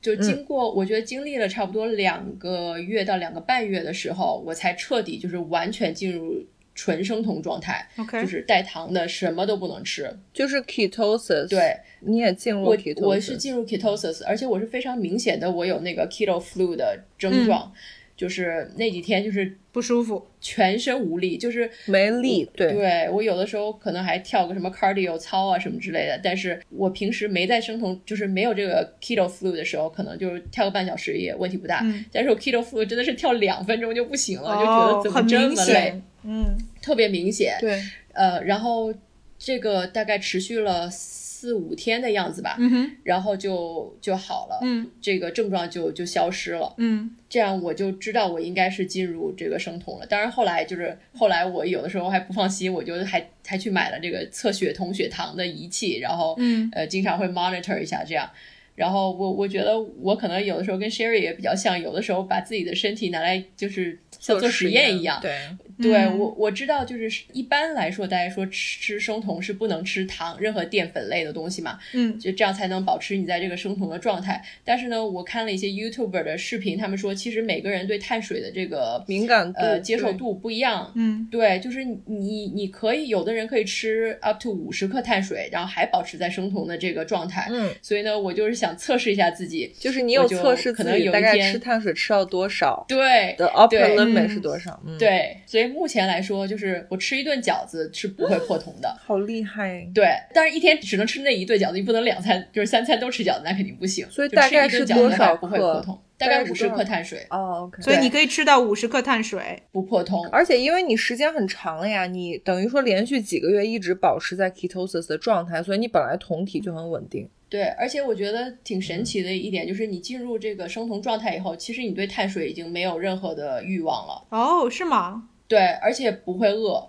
Speaker 2: 就
Speaker 1: 嗯
Speaker 2: 经过、我觉得经历了差不多两个月到两个半月的时候，我才彻底就是完全进入纯生酮状态，
Speaker 3: ，OK，
Speaker 2: 就是带糖的什么都不能吃。
Speaker 1: 就是 ketosis，
Speaker 2: 对，
Speaker 1: 你也进入
Speaker 2: 我
Speaker 1: ketosis，
Speaker 2: 我是进入 ketosis，而且我是非常明显的，我有那个 keto flu 的
Speaker 3: 嗯
Speaker 2: 症状，就是那几天就是
Speaker 3: 不舒服，
Speaker 2: 全身无力，就是
Speaker 1: 没力，对，
Speaker 2: 对我有的时候可能还跳个什么 cardio 操啊什么之类的，但是我平时没在生酮，就是没有这个 keto flu 的时候，可能就是跳个半小时也问题不大。
Speaker 3: 嗯
Speaker 2: 但是我 keto flu 真的是跳两分钟就不行了，就觉
Speaker 3: 哦
Speaker 2: 得，怎么
Speaker 3: 很
Speaker 2: 这
Speaker 3: 明
Speaker 2: 么累，
Speaker 3: 显，嗯
Speaker 2: 特别明显。
Speaker 1: 对，
Speaker 2: 呃，然后这个大概持续了四五天的样子吧，
Speaker 3: 嗯哼，
Speaker 2: 然后就就好了，
Speaker 3: 嗯
Speaker 2: 这个症状就就消失了。
Speaker 3: 嗯
Speaker 2: 这样我就知道我应该是进入这个生酮了。当然后来就是后来我有的时候还不放心，我就还还去买了这个测血酮、血糖的仪器，然后
Speaker 3: 嗯
Speaker 2: 呃经常会 monitor 一下这样。然后我我觉得我可能有的时候跟 Sherry 也比较像，有的时候把自己的身体拿来就是像做实验一样。
Speaker 1: 对，
Speaker 2: 对
Speaker 3: 嗯
Speaker 2: 我我知道，就是一般来说大家说吃吃生酮是不能吃糖任何淀粉类的东西嘛。
Speaker 3: 嗯
Speaker 2: 就这样才能保持你在这个生酮的状态。但是呢，我看了一些 YouTuber 的视频，他们说其实每个人对碳水的这个
Speaker 1: 敏感度
Speaker 2: 呃接受
Speaker 1: 对
Speaker 2: 度不一样。
Speaker 3: 嗯
Speaker 2: 对，就是你你你可以有的人可以吃 up to 五十克碳水，然后还保持在生酮的这个状态。
Speaker 1: 嗯，
Speaker 2: 所以呢，我就是想测试一下自己。
Speaker 1: 就是你
Speaker 2: 我
Speaker 1: 有
Speaker 2: 就
Speaker 1: 测试
Speaker 2: 可
Speaker 1: 自
Speaker 2: 能
Speaker 1: 己
Speaker 2: 有
Speaker 1: 大
Speaker 2: 一
Speaker 1: 概
Speaker 2: 天
Speaker 1: 吃碳水吃到多少
Speaker 2: 对
Speaker 1: 的 upper
Speaker 2: 对
Speaker 1: limit
Speaker 3: 嗯
Speaker 1: 是多少，嗯，，
Speaker 2: 对，所以目前来说，就是我吃一顿饺子是不会破酮的。
Speaker 1: 好厉害。
Speaker 2: 对，但是一天只能吃那一顿饺子，你不能两餐就是三餐都吃饺子，那肯定不行。
Speaker 1: 所以
Speaker 2: 就
Speaker 1: 大
Speaker 2: 吃
Speaker 1: 概
Speaker 2: 一顿
Speaker 1: 是
Speaker 2: 饺子
Speaker 1: 多
Speaker 2: 的
Speaker 1: 少
Speaker 2: 话不会
Speaker 1: 克
Speaker 2: 破酮？大
Speaker 1: 大
Speaker 2: 概
Speaker 1: 概
Speaker 2: 五
Speaker 1: 是
Speaker 2: 十
Speaker 1: 多
Speaker 2: 克
Speaker 1: 少
Speaker 2: 碳水
Speaker 1: 哦，OK、o k
Speaker 3: 所以
Speaker 2: 对
Speaker 3: 你可以吃到五十克碳水，
Speaker 2: 不破酮。
Speaker 1: 而且因为你时间很长了呀，你等于说连续几个月一直保持在 ketosis 的状态，所以你本来酮体就很稳定。
Speaker 2: 对，而且我觉得挺神奇的一点就是，你进入这个生酮状态以后，其实你对碳水已经没有任何的欲望了，
Speaker 3: 哦，是吗？
Speaker 2: 对，而且不会饿。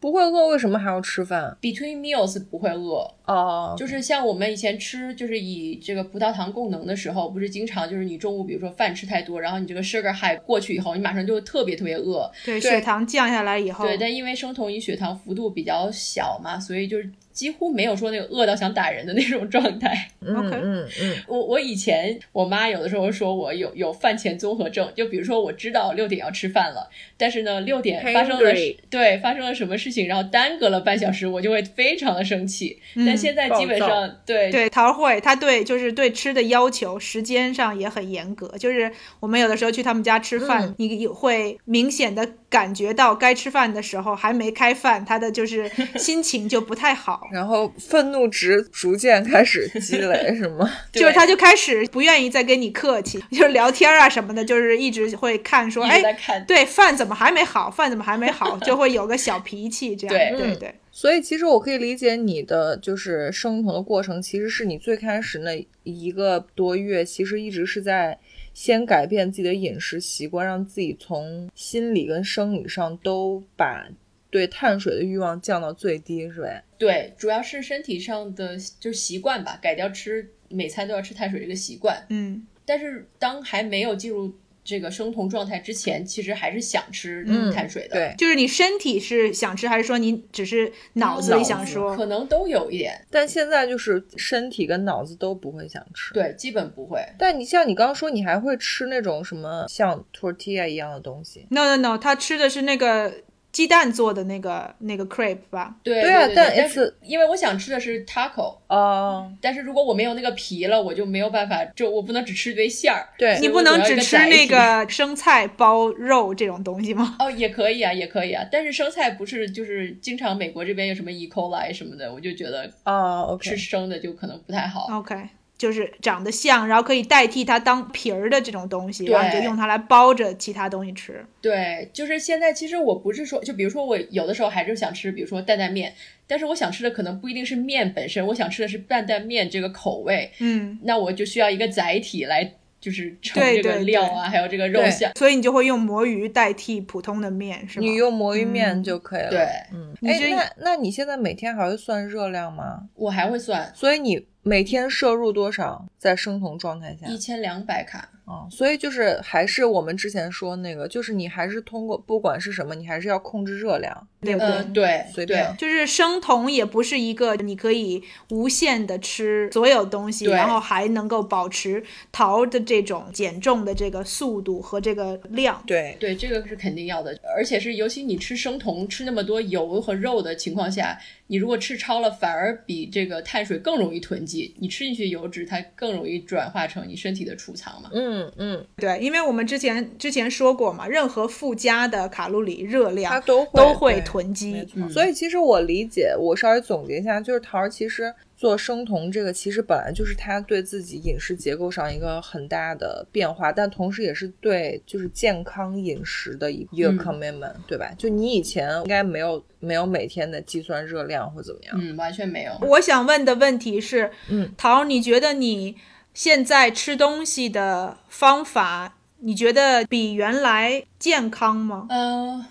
Speaker 1: 不会饿，为什么还要吃饭？
Speaker 2: between meals 不会饿，
Speaker 1: 哦，
Speaker 2: 就是像我们以前吃，就是以这个葡萄糖供能的时候，不是经常就是你中午比如说饭吃太多，然后你这个 sugar high 过去以后，你马上就特别特别饿。
Speaker 3: 对，
Speaker 1: 对
Speaker 3: 血糖降下来以后，
Speaker 2: 对，但因为生酮与血糖幅度比较小嘛，所以就是几乎没有说那个饿到想打人的那种状态。
Speaker 1: 嗯
Speaker 3: OK
Speaker 1: 嗯嗯，
Speaker 2: 我我以前我妈有的时候说我有有饭前综合症，就比如说我知道六点要吃饭了，但是呢六点发生了
Speaker 1: Hungry
Speaker 2: 对发生了什么事情，然后耽搁了半小时，我就会非常的生气。
Speaker 3: 嗯
Speaker 2: 但现在基本
Speaker 1: 暴
Speaker 2: 上对
Speaker 3: 对桃慧，她对就是对吃的要求，时间上也很严格。就是我们有的时候去他们家吃饭，
Speaker 1: 嗯
Speaker 3: 你也会明显的感觉到该吃饭的时候还没开饭，她的就是 心情就不太
Speaker 2: 嗯
Speaker 3: 好，
Speaker 1: 然后愤怒值逐渐开始积 累，是吗？
Speaker 2: 对
Speaker 3: 就是她就开始不愿意再跟你客气，就是聊天啊什么的，就是一直会看说，
Speaker 2: 一直在
Speaker 3: 哎，
Speaker 2: 看。
Speaker 3: 对饭怎么还没好，饭怎么还 没好，就会有个小脾气这样，
Speaker 2: 对
Speaker 3: 对
Speaker 1: 嗯
Speaker 3: 对。
Speaker 1: 所以其实我可以理解你的就是生酮的过程，其实是你最开始那一个多月，其实一直是在先改变自己的饮食习惯，让自己从心理跟生理上都把对碳水的欲望降到最低，是呗？
Speaker 2: 对，主要是身体上的就是习惯吧，改掉吃每餐都要吃碳水这个习惯。
Speaker 3: 嗯，
Speaker 2: 但是当还没有进入这个生酮状态之前，其实还是想吃
Speaker 1: 嗯
Speaker 2: 碳水的。
Speaker 1: 对，
Speaker 3: 就是你身体是想吃，还是说你只是脑子里想说？
Speaker 2: 可能都有一点，
Speaker 1: 但现在就是身体跟脑子都不会想吃。。
Speaker 2: 对，基本不会。
Speaker 1: 但你像你刚刚说，你还会吃那种什么像 tortilla 啊一样的东西？
Speaker 3: No no no，他吃的是那个鸡蛋做的那个那个 crepe 吧？
Speaker 2: 对
Speaker 1: 对啊
Speaker 2: 对
Speaker 1: 但
Speaker 2: 但是因为我想吃的是 taco，
Speaker 1: 哦、
Speaker 2: 但是如果我没有那个皮了，我就没有办法，就我不能只吃一堆馅儿。
Speaker 1: 对
Speaker 2: 所以
Speaker 3: 你
Speaker 2: 哎我
Speaker 3: 不
Speaker 2: 得要一
Speaker 3: 能只
Speaker 2: 个
Speaker 3: 吃
Speaker 2: 载
Speaker 3: 那
Speaker 2: 体
Speaker 3: 个生菜包肉这种东西吗？
Speaker 2: 哦，也可以啊，也可以啊。但是生菜不是就是经常美国这边有什么 E. coli 什么的，我就觉得
Speaker 1: 哦，OK、
Speaker 2: 吃
Speaker 1: o k
Speaker 2: 生的就可能不太好。
Speaker 3: OK，就是长得像，然后可以代替它当皮儿的这种东西，
Speaker 2: 对
Speaker 3: 然后你就用它来包着其他东西吃。
Speaker 2: 对，就是现在，其实我不是说，就比如说我有的时候还是想吃，比如说担担面，但是我想吃的可能不一定是面本身，我想吃的是担担面这个口味，
Speaker 3: 嗯，
Speaker 2: 那我就需要一个载体来，就是盛
Speaker 3: 对
Speaker 2: 这个
Speaker 3: 对
Speaker 2: 料啊，还有这个肉
Speaker 1: 对
Speaker 2: 馅。
Speaker 3: 所以你就会用魔芋代替普通的面，是吗？
Speaker 1: 你用魔芋面
Speaker 3: 嗯
Speaker 1: 就可以了。
Speaker 2: 对
Speaker 1: 嗯，
Speaker 3: 你
Speaker 1: 哎，
Speaker 3: 这
Speaker 1: 那那你现在每天还会算热量吗？
Speaker 2: 我还会算
Speaker 1: 所以你每天摄入多少在生酮状态下？
Speaker 2: 一千两百卡，
Speaker 1: 啊、所以就是还是我们之前说那个，就是你还是通过不管是什么，你还是要控制热量。
Speaker 3: 对不对？
Speaker 2: 嗯，对
Speaker 1: 随
Speaker 2: 对
Speaker 1: 便
Speaker 3: 就是生酮也不是一个你可以无限的吃所有东西，
Speaker 2: 对
Speaker 3: 然后还能够保持桃的这种减重的这个速度和这个量。
Speaker 1: 对，
Speaker 2: 对，这个是肯定要的，而且是尤其你吃生酮吃那么多油和肉的情况下，你如果吃超了，反而比这个碳水更容易囤积，你吃进去油脂，它更容易转化成你身体的储藏嘛。
Speaker 1: 嗯嗯，
Speaker 3: 对，因为我们之前之前说过嘛，任何附加的卡路里、热
Speaker 1: 它
Speaker 3: 量
Speaker 1: 都会
Speaker 3: 都会
Speaker 1: 对
Speaker 3: 囤
Speaker 1: 没
Speaker 3: 积。
Speaker 1: 错
Speaker 2: 嗯
Speaker 1: 所以其实我理解，我稍微总结一下，就是桃儿其实做生酮这个，其实本来就是他对自己饮食结构上一个很大的变化，但同时也是对就是健康饮食的一个
Speaker 2: 嗯
Speaker 1: commitment，、对吧？就你以前应该没有没有每天的计算热量或怎么样，
Speaker 2: 嗯，完全没有。
Speaker 3: 我想问的问题是，
Speaker 1: 嗯，
Speaker 3: 桃，你觉得你现在吃东西的方法，你觉得比原来健康吗？
Speaker 2: 呃，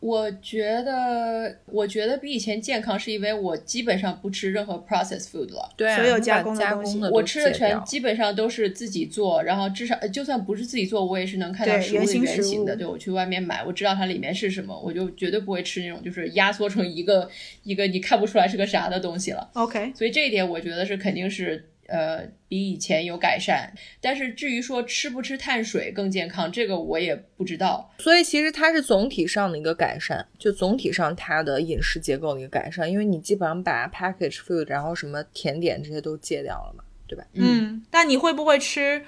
Speaker 2: 我觉得，我觉得比以前健康，是因为我基本上不吃任何 processed food 了。
Speaker 1: 对啊、
Speaker 3: 所有
Speaker 1: 你
Speaker 3: 加
Speaker 1: 把
Speaker 3: 工的
Speaker 1: 加
Speaker 3: 东西
Speaker 1: 工的
Speaker 2: 我
Speaker 1: 都
Speaker 2: 吃的
Speaker 1: 戒
Speaker 2: 全
Speaker 1: 掉
Speaker 2: 基本上都是自己做，然后至少呃就算不是自己做，我也是能看到
Speaker 3: 对
Speaker 2: 食物
Speaker 3: 原
Speaker 2: 的
Speaker 3: 型
Speaker 2: 原
Speaker 3: 食
Speaker 2: 型的。
Speaker 3: 物
Speaker 2: 对我去外面买，我知道它里面是什么，我就绝对不会吃那种就是压缩成一个一个你看不出来是个啥的东西了。
Speaker 3: OK，
Speaker 2: 所以这一点我觉得是肯定是呃比以前有改善。但是至于说吃不吃碳水更健康，这个我也不知道。
Speaker 1: 所以其实它是总体上的一个改善，就总体上它的饮食结构的一个改善，因为你基本上把 package food，然后什么甜点这些都戒掉了嘛，对吧？
Speaker 3: 嗯，但你会不会吃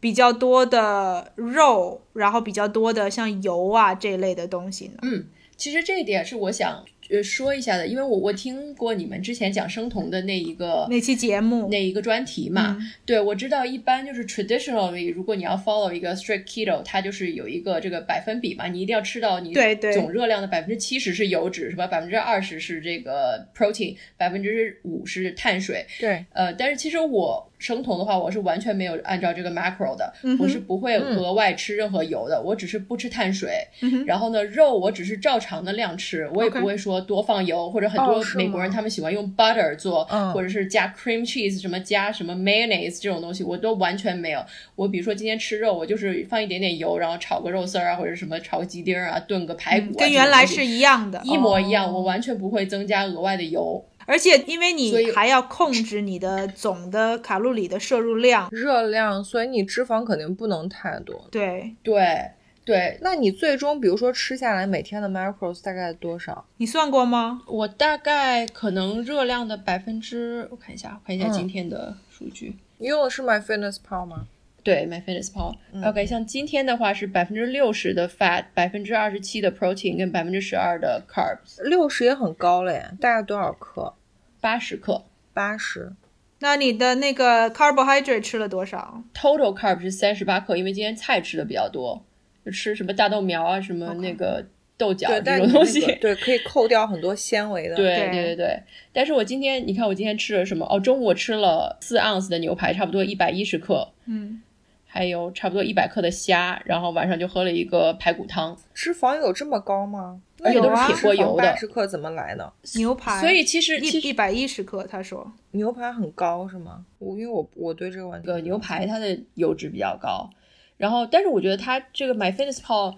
Speaker 3: 比较多的肉，然后比较多的像油啊这一类的东西呢？
Speaker 2: 其实这一点是我想呃说一下的，因为我我听过你们之前讲生酮的那一个
Speaker 3: 那期节目，
Speaker 2: 那一个专题嘛，
Speaker 3: 嗯
Speaker 2: 对我知道一般就是 traditionally，如果你要 follow 一个 strict keto，它就是有一个这个百分比嘛，你一定要吃到你
Speaker 3: 对对
Speaker 2: 总热量的百分之七十是油脂是吧？百分之二十是这个 protein，百分之五是碳水，
Speaker 1: 对，
Speaker 2: 呃，但是其实我生酮的话，我是完全没有按照这个 macro 的，
Speaker 3: 嗯哼
Speaker 2: 我是不会
Speaker 1: 嗯
Speaker 2: 额外吃任何油的，我只是不吃碳水，
Speaker 3: 嗯哼
Speaker 2: 然后呢，肉我只是照常的量吃，我也
Speaker 3: OK
Speaker 2: 不会说说多放油，或者很
Speaker 1: 哦
Speaker 2: 多
Speaker 1: 是吗
Speaker 2: 美国人他们喜欢用 butter 做，
Speaker 1: 嗯
Speaker 2: 或者是加 cream cheese 什么加什么 mayonnaise 这种东西，我都完全没有。我比如说今天吃肉，我就是放一点点油，然后炒个肉丝儿啊，或者什么炒个鸡丁儿啊，炖个排骨啊、
Speaker 3: 嗯跟
Speaker 2: 这种
Speaker 3: 原来
Speaker 2: 东西
Speaker 3: 是哦一样的。
Speaker 2: 一模一样，我完全不会增加额外的油。
Speaker 3: 而且因为
Speaker 2: 所
Speaker 3: 你
Speaker 2: 以
Speaker 3: 还要控制你的总的卡路里的摄入量，
Speaker 1: 热量，所以你脂肪肯定不能太多。
Speaker 3: 对
Speaker 2: 对对，
Speaker 1: 那你最终比如说吃下来每天的 macros 大概多少？
Speaker 3: 你算过吗？
Speaker 2: 我大概可能热量的百分之，我看一下，我看一下
Speaker 1: 嗯
Speaker 2: 今天的数据。
Speaker 1: 你用的是 My Fitness Pal 吗？
Speaker 2: 对，MyFitnessPal。OK，像今天的话是百分之六十的 fat，百分之二十七的 protein 跟百分之十二的 carbs，
Speaker 1: 六十也很高了耶，大概多少克？
Speaker 2: 八十克。
Speaker 1: 八十。
Speaker 3: 那你的那个 carbohydrate 吃了多少？
Speaker 2: Total carb 是三十八克，因为今天菜吃的比较多，就吃什么大豆苗啊，什么那个豆角
Speaker 1: 对，
Speaker 2: 这
Speaker 1: 但
Speaker 2: 种
Speaker 1: 你
Speaker 2: 东
Speaker 1: 那
Speaker 2: 西。
Speaker 1: 个对可以扣掉很多纤维的。，
Speaker 2: 对
Speaker 3: 对
Speaker 2: 对对对，但是我今天你看我今天吃了什么？哦，中午我吃了四盎司的牛排，差不多一百一十克，
Speaker 3: 嗯，
Speaker 2: 还有差不多一百克的虾，然后晚上就喝了一个排骨汤。
Speaker 1: 脂肪有这么高吗？那啊
Speaker 2: 而
Speaker 3: 且都是
Speaker 2: 铁锅油的
Speaker 1: 八十克怎么来的？
Speaker 3: 牛排，
Speaker 2: 所以其实
Speaker 3: 一
Speaker 2: 其
Speaker 3: 一
Speaker 2: 实
Speaker 3: 百一十克，他说
Speaker 1: 牛排很高是吗？我因为我我对这个问题
Speaker 2: 这个牛排它的油脂比较高，然后但是我觉得它这个 MyFitnessPal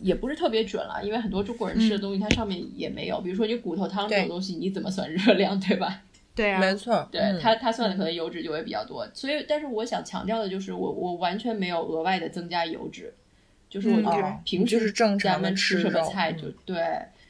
Speaker 2: 也不是特别准了，因为很多中国人吃的
Speaker 3: 嗯
Speaker 2: 东西它上面也没有，比如说你骨头汤这
Speaker 1: 对
Speaker 2: 种东西，你怎么算热量，对吧？
Speaker 3: 对啊，
Speaker 1: 没错，
Speaker 2: 对
Speaker 1: 嗯
Speaker 2: 它，它算的可能油脂就会比较多。所以，但是我想强调的就是我，我完全没有额外的增加油脂，就是我
Speaker 3: 嗯
Speaker 2: 就是
Speaker 1: 哦
Speaker 2: 平时、
Speaker 1: 就是正常
Speaker 2: 咱
Speaker 1: 的
Speaker 2: 们
Speaker 1: 吃
Speaker 2: 吃什么
Speaker 1: 肉
Speaker 2: 菜
Speaker 1: 嗯
Speaker 2: 就、对。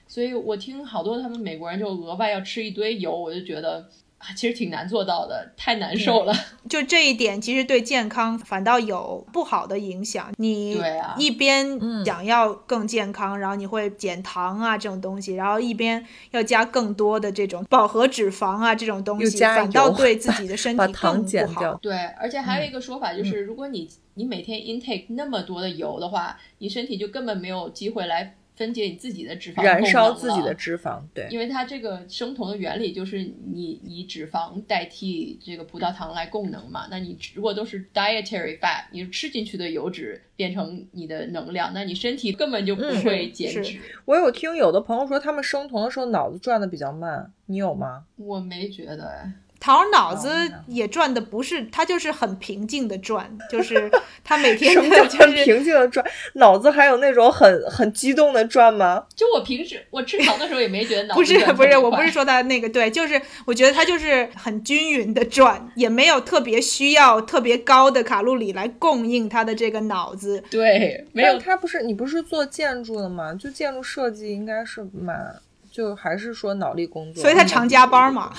Speaker 2: 所以我听好多他们美国人就额外要吃一堆油，我就觉得啊，其实挺难做到的，太难受了。
Speaker 3: 就这一点，其实对健康反倒有不好的影响。你
Speaker 2: 对啊
Speaker 3: 一边
Speaker 1: 嗯
Speaker 3: 想要更健康，然后你会减糖啊这种东西，然后一边要加更多的这种饱和脂肪啊这种东
Speaker 1: 又
Speaker 3: 西，
Speaker 1: 加
Speaker 3: 反倒
Speaker 1: 油
Speaker 3: 对自己的身
Speaker 1: 把
Speaker 3: 体更
Speaker 1: 糖减
Speaker 3: 不
Speaker 1: 掉
Speaker 3: 好。。
Speaker 2: 对，而且
Speaker 1: 嗯
Speaker 2: 还有一个说法就是，如果你你每天 intake 那么多的油的话，你身体就根本没有机会来分解你自己的脂肪，
Speaker 1: 燃烧自己的脂肪，对，
Speaker 2: 因为它这个生酮的原理就是你以脂肪代替这个葡萄糖来供能嘛。那你如果都是 dietary fat，你吃进去的油脂变成你的能量，那你身体根本就不
Speaker 1: 嗯
Speaker 2: 会
Speaker 3: 是
Speaker 2: 减
Speaker 3: 是
Speaker 2: 脂。
Speaker 1: 我有听有的朋友说，他们生酮的时候脑子转的比较慢，你有 吗？
Speaker 2: 我没觉得哎，
Speaker 3: 桃儿脑
Speaker 1: 哦
Speaker 3: 子
Speaker 1: 那
Speaker 3: 也转的不是，他就是很平静的转， 就是他每天
Speaker 1: 什么叫
Speaker 3: 就
Speaker 1: 很
Speaker 3: 是
Speaker 1: 平静的转？脑子还有那种很很激动的转吗？
Speaker 2: 就我平时我吃糖的时候也没觉得脑
Speaker 3: 不
Speaker 2: 子
Speaker 3: 是
Speaker 2: 转得
Speaker 3: 不是，
Speaker 2: 特别
Speaker 3: 我不
Speaker 2: 快
Speaker 3: 是说他那个对，就是我觉得他就是很均匀的转，也没有特别需要特别高的卡路里来供应他的这个脑子。
Speaker 2: 对，没
Speaker 1: 但
Speaker 2: 有
Speaker 1: 他不是你不是做建筑的吗？就建筑设计应该是蛮，就还是说脑力工作，
Speaker 3: 所以他常加班嘛？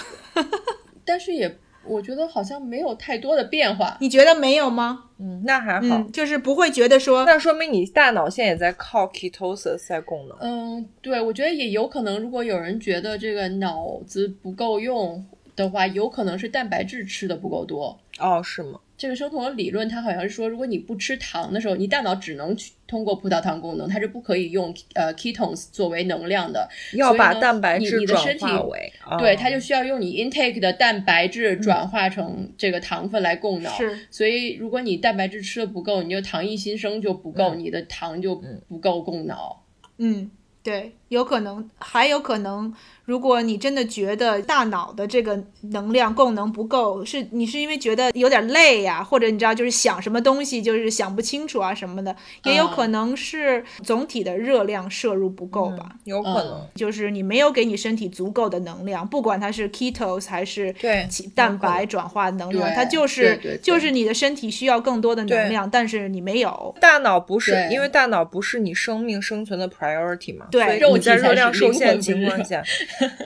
Speaker 2: 但是也我觉得好像没有太多的变化。
Speaker 3: 你觉得没有吗？
Speaker 1: 嗯，那还好，
Speaker 3: 嗯，就是不会觉得说
Speaker 1: 那说明你大脑现在也在靠 ketosis 在供能。
Speaker 2: 嗯，对，我觉得也有可能，如果有人觉得这个脑子不够用的话，有可能是蛋白质吃的不够多。
Speaker 1: 哦，是吗？
Speaker 2: 这个生酮的理论，它好像是说，如果你不吃糖的时候，你大脑只能去通过葡萄糖功能，它是不可以用呃 ketones 作为能量的。
Speaker 1: 要把
Speaker 2: 所以呢
Speaker 1: 蛋白
Speaker 2: 你
Speaker 1: 质
Speaker 2: 你的
Speaker 1: 转
Speaker 2: 身体
Speaker 1: 化为，哦
Speaker 2: 对，它就需要用你 intake 的蛋白质转化成这个糖分来供脑。
Speaker 3: 嗯是
Speaker 2: 所以，如果你蛋白质吃的不够，你就糖液新生就不够，你的糖就不够供脑。
Speaker 3: 嗯，对，有可能，还有可能，如果你真的觉得大脑的这个能量供能不够，是你是因为觉得有点累呀、或者你知道就是想什么东西就是想不清楚啊什么的，也
Speaker 2: 嗯
Speaker 3: 有可能是总体的热量摄入不够吧。
Speaker 2: 嗯
Speaker 1: 有可能，
Speaker 3: 就是你没有给你身体足够的能量，不管它是 ketones 还是
Speaker 1: 对
Speaker 3: 其
Speaker 1: 有
Speaker 3: 蛋
Speaker 1: 可能
Speaker 3: 白转化能量，
Speaker 2: 对
Speaker 3: 它就是
Speaker 2: 对对对
Speaker 3: 就是你的身体需要更多的能
Speaker 1: 对
Speaker 3: 量，但是你没有。
Speaker 1: 大脑不是，
Speaker 2: 对
Speaker 1: 因为大脑不是你生命生存的 priority 嘛，
Speaker 3: 对
Speaker 1: 所以
Speaker 2: 肉
Speaker 1: 你在
Speaker 2: 体
Speaker 1: 热
Speaker 2: 才
Speaker 1: 量
Speaker 2: 是
Speaker 1: 受
Speaker 2: 灵魂
Speaker 1: 限
Speaker 2: 不
Speaker 1: 情
Speaker 2: 是
Speaker 1: 况 下，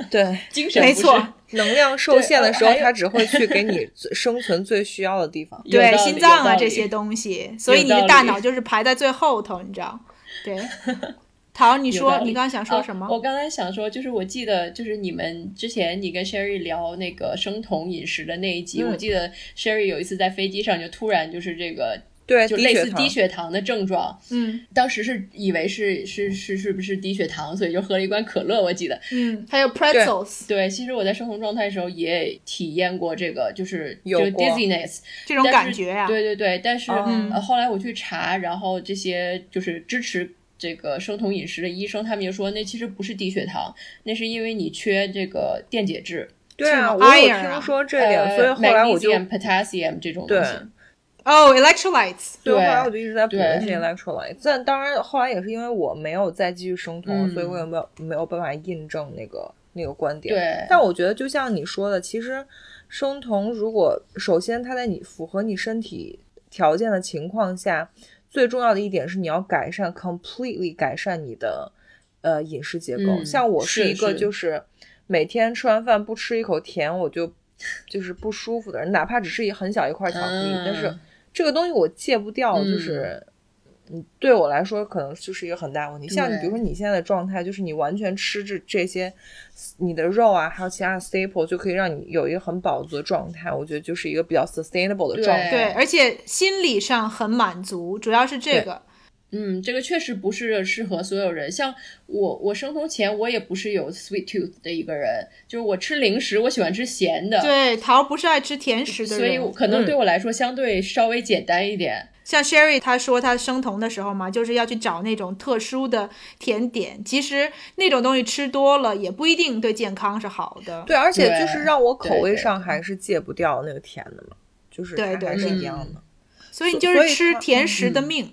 Speaker 1: 对
Speaker 2: 精神
Speaker 3: 没
Speaker 2: 不是
Speaker 3: 错
Speaker 1: 能量受限的时候，
Speaker 2: 对呃
Speaker 1: 它只会去给你最生存最需要的地方。
Speaker 2: 有道
Speaker 3: 对
Speaker 2: 理
Speaker 3: 心脏啊
Speaker 2: 有道
Speaker 3: 这
Speaker 2: 理
Speaker 3: 些东西，所
Speaker 2: 有
Speaker 3: 以你的
Speaker 2: 道
Speaker 3: 大
Speaker 2: 理
Speaker 3: 脑就是排在最后头，你知道？ 对。桃，你
Speaker 2: 有
Speaker 3: 说
Speaker 2: 道
Speaker 3: 你
Speaker 2: 理
Speaker 3: 刚刚想说什么？
Speaker 2: 啊我刚才想说，就是我记得，就是你们之前你跟 Sherry 聊那个生酮饮食的那一集，
Speaker 1: 嗯
Speaker 2: 我记得 Sherry 有一次在飞机上就突然就是这个。
Speaker 1: 对，
Speaker 2: 就
Speaker 1: 低
Speaker 2: 类
Speaker 1: 血
Speaker 2: 似
Speaker 1: 糖
Speaker 2: 低血糖的症状，
Speaker 3: 嗯
Speaker 2: 当时是以为是是是是不是低血糖，所以就喝了一罐可乐。我记得，
Speaker 3: 嗯，还有 pretzels
Speaker 2: 对，其实我在生酮状态的时候也体验过这个，就是
Speaker 1: 有
Speaker 2: 这个
Speaker 1: 过
Speaker 2: dizziness，
Speaker 3: 这种
Speaker 2: 但
Speaker 3: 感
Speaker 2: 是
Speaker 3: 觉呀、啊
Speaker 2: 对对对，但是、
Speaker 1: 哦
Speaker 2: 呃后来我去查，然后这些就是支持这个生酮饮食的医生，他们就说那其实不是低血糖，那是因为你缺这个电解质，
Speaker 1: 对啊，
Speaker 3: 什么
Speaker 1: 我有
Speaker 3: iron 啊
Speaker 1: 听说这点，
Speaker 2: 呃
Speaker 1: 所以后来我就
Speaker 2: magnesium、potassium 这种东
Speaker 1: 对
Speaker 2: 西。
Speaker 3: 哦，electrolytes，
Speaker 1: 对，后
Speaker 2: 对
Speaker 1: 来我就一直在补
Speaker 2: 对
Speaker 1: 这些 electrolyte，但当然后来也是因为我没有再继续生酮，
Speaker 2: 嗯
Speaker 1: 所以我也没有没有办法印证那个那个观点。
Speaker 2: 对，
Speaker 1: 但我觉得就像你说的，其实生酮如果首先它在你符合你身体条件的情况下，最重要的一点是你要改善 completely 改善你的呃饮食结构。
Speaker 2: 嗯
Speaker 1: 像我是
Speaker 2: 是
Speaker 1: 一个
Speaker 2: 是
Speaker 1: 就是每天吃完饭不吃一口甜我就就是不舒服的人，哪怕只是一很小一块巧克力，但是
Speaker 2: 嗯
Speaker 1: 这个东西我戒不掉，
Speaker 2: 嗯
Speaker 1: 就是。嗯，对我来说可能就是一个很大问题。像你，
Speaker 2: 对
Speaker 1: 比如说你现在的状态，就是你完全吃这这些，你的肉啊，还有其他的 staple 就可以让你有一个很饱足的状态。我觉得就是一个比较 sustainable 的
Speaker 2: 对
Speaker 1: 状态。
Speaker 3: 对，而且心理上很满足，主要是这个。
Speaker 2: 嗯，这个确实不是适合所有人。像我，我生酮前我也不是有 sweet tooth 的一个人，就是我吃零食，我喜欢吃咸的，
Speaker 3: 对，桃不是爱吃甜食的
Speaker 2: 所以我
Speaker 3: 人，
Speaker 2: 可能对我来说相对稍微简单一点。
Speaker 3: 像 Sherry 她说她生酮的时候嘛，就是要去找那种特殊的甜点，其实那种东西吃多了也不一定对健康是好的。
Speaker 1: 对，而且就是让我口
Speaker 2: 对
Speaker 1: 味
Speaker 2: 对
Speaker 1: 上还是戒不掉那个甜的嘛，就是
Speaker 3: 对
Speaker 1: 它
Speaker 3: 对
Speaker 1: 还是
Speaker 2: 对
Speaker 1: 一样的。
Speaker 2: 嗯
Speaker 3: 所以你
Speaker 1: 所
Speaker 3: 就
Speaker 1: 所
Speaker 3: 是
Speaker 1: 以
Speaker 3: 吃
Speaker 1: 它
Speaker 3: 甜食的命。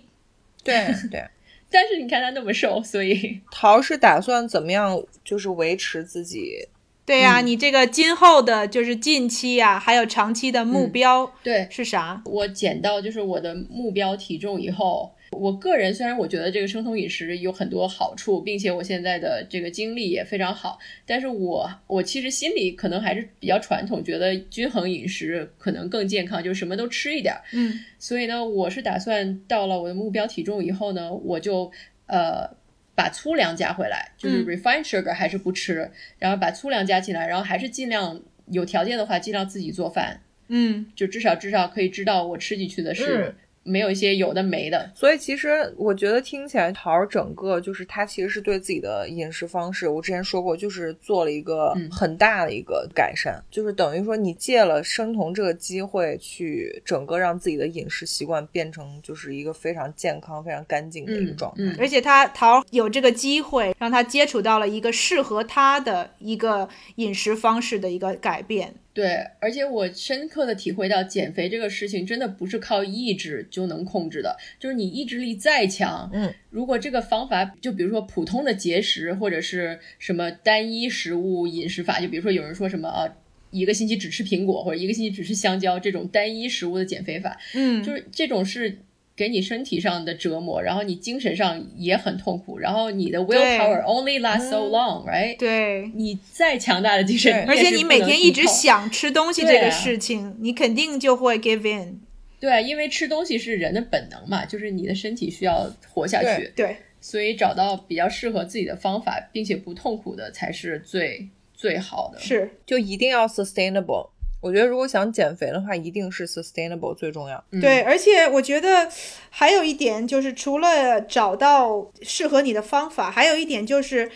Speaker 1: 对 对，
Speaker 2: 但是你看他那么瘦，所以
Speaker 1: 桃是打算怎么样，就是维持自己
Speaker 3: 对呀、
Speaker 2: 嗯
Speaker 3: 你这个今后的就是近期呀、还有长期的
Speaker 2: 嗯
Speaker 3: 目标
Speaker 2: 对
Speaker 3: 是啥？
Speaker 2: 我减到就是我的目标体重以后，我个人虽然我觉得这个生酮饮食有很多好处，并且我现在的这个经历也非常好，但是我我其实心里可能还是比较传统，觉得均衡饮食可能更健康，就是什么都吃一点儿。
Speaker 3: 嗯，
Speaker 2: 所以呢，我是打算到了我的目标体重以后呢，我就呃把粗粮加回来，就是
Speaker 3: 嗯
Speaker 2: refined sugar 还是不吃，然后把粗粮加进来，然后还是尽量有条件的话，尽量自己做饭，
Speaker 3: 嗯，
Speaker 2: 就至少至少可以知道我吃进去的是、没有一些有的没的。
Speaker 1: 所以其实我觉得听起来桃儿整个就是他其实是对自己的饮食方式，我之前说过，就是做了一个
Speaker 2: 嗯
Speaker 1: 很大的一个改善，就是等于说你借了生酮这个机会，去整个让自己的饮食习惯变成就是一个非常健康、非常干净的一个状态。
Speaker 2: 嗯，
Speaker 3: 而且他桃有这个机会，让他接触到了一个适合他的一个饮食方式的一个改变。
Speaker 2: 对，而且我深刻的体会到，减肥这个事情真的不是靠意志就能控制的，就是你意志力再强，
Speaker 1: 嗯，
Speaker 2: 如果这个方法，就比如说普通的节食或者是什么单一食物饮食法，就比如说有人说什么啊，一个星期只吃苹果或者一个星期只吃香蕉这种单一食物的减肥法，
Speaker 3: 嗯，
Speaker 2: 就是这种是给你身体上的折磨，然后你精神上也很痛苦，然后你的 willpower only lasts so
Speaker 1: 嗯
Speaker 2: long，right？、
Speaker 3: 对。
Speaker 2: 你再强大的精神
Speaker 1: 对，
Speaker 3: 而
Speaker 2: 也
Speaker 3: 且
Speaker 2: 是
Speaker 3: 你
Speaker 2: 不
Speaker 3: 每
Speaker 2: 能
Speaker 3: 天
Speaker 2: 抵
Speaker 3: 一直
Speaker 2: 抗
Speaker 3: 想吃东西
Speaker 2: 对
Speaker 3: 这个
Speaker 2: 啊
Speaker 3: 事情，你肯定就会 give in。
Speaker 2: 对，因为吃东西是人的本能嘛，就是你的身体需要活下去，
Speaker 3: 对，
Speaker 2: 所以找到比较适合自己的方法，并且不痛苦的才是最最好的。，
Speaker 3: 是，
Speaker 1: 就一定要 sustainable。我觉得如果想减肥的话，一定是 sustainable 最重要。
Speaker 2: 嗯、
Speaker 3: 对，而且我觉得还有一点就是，除了找到适合你的方法，还有一点就是，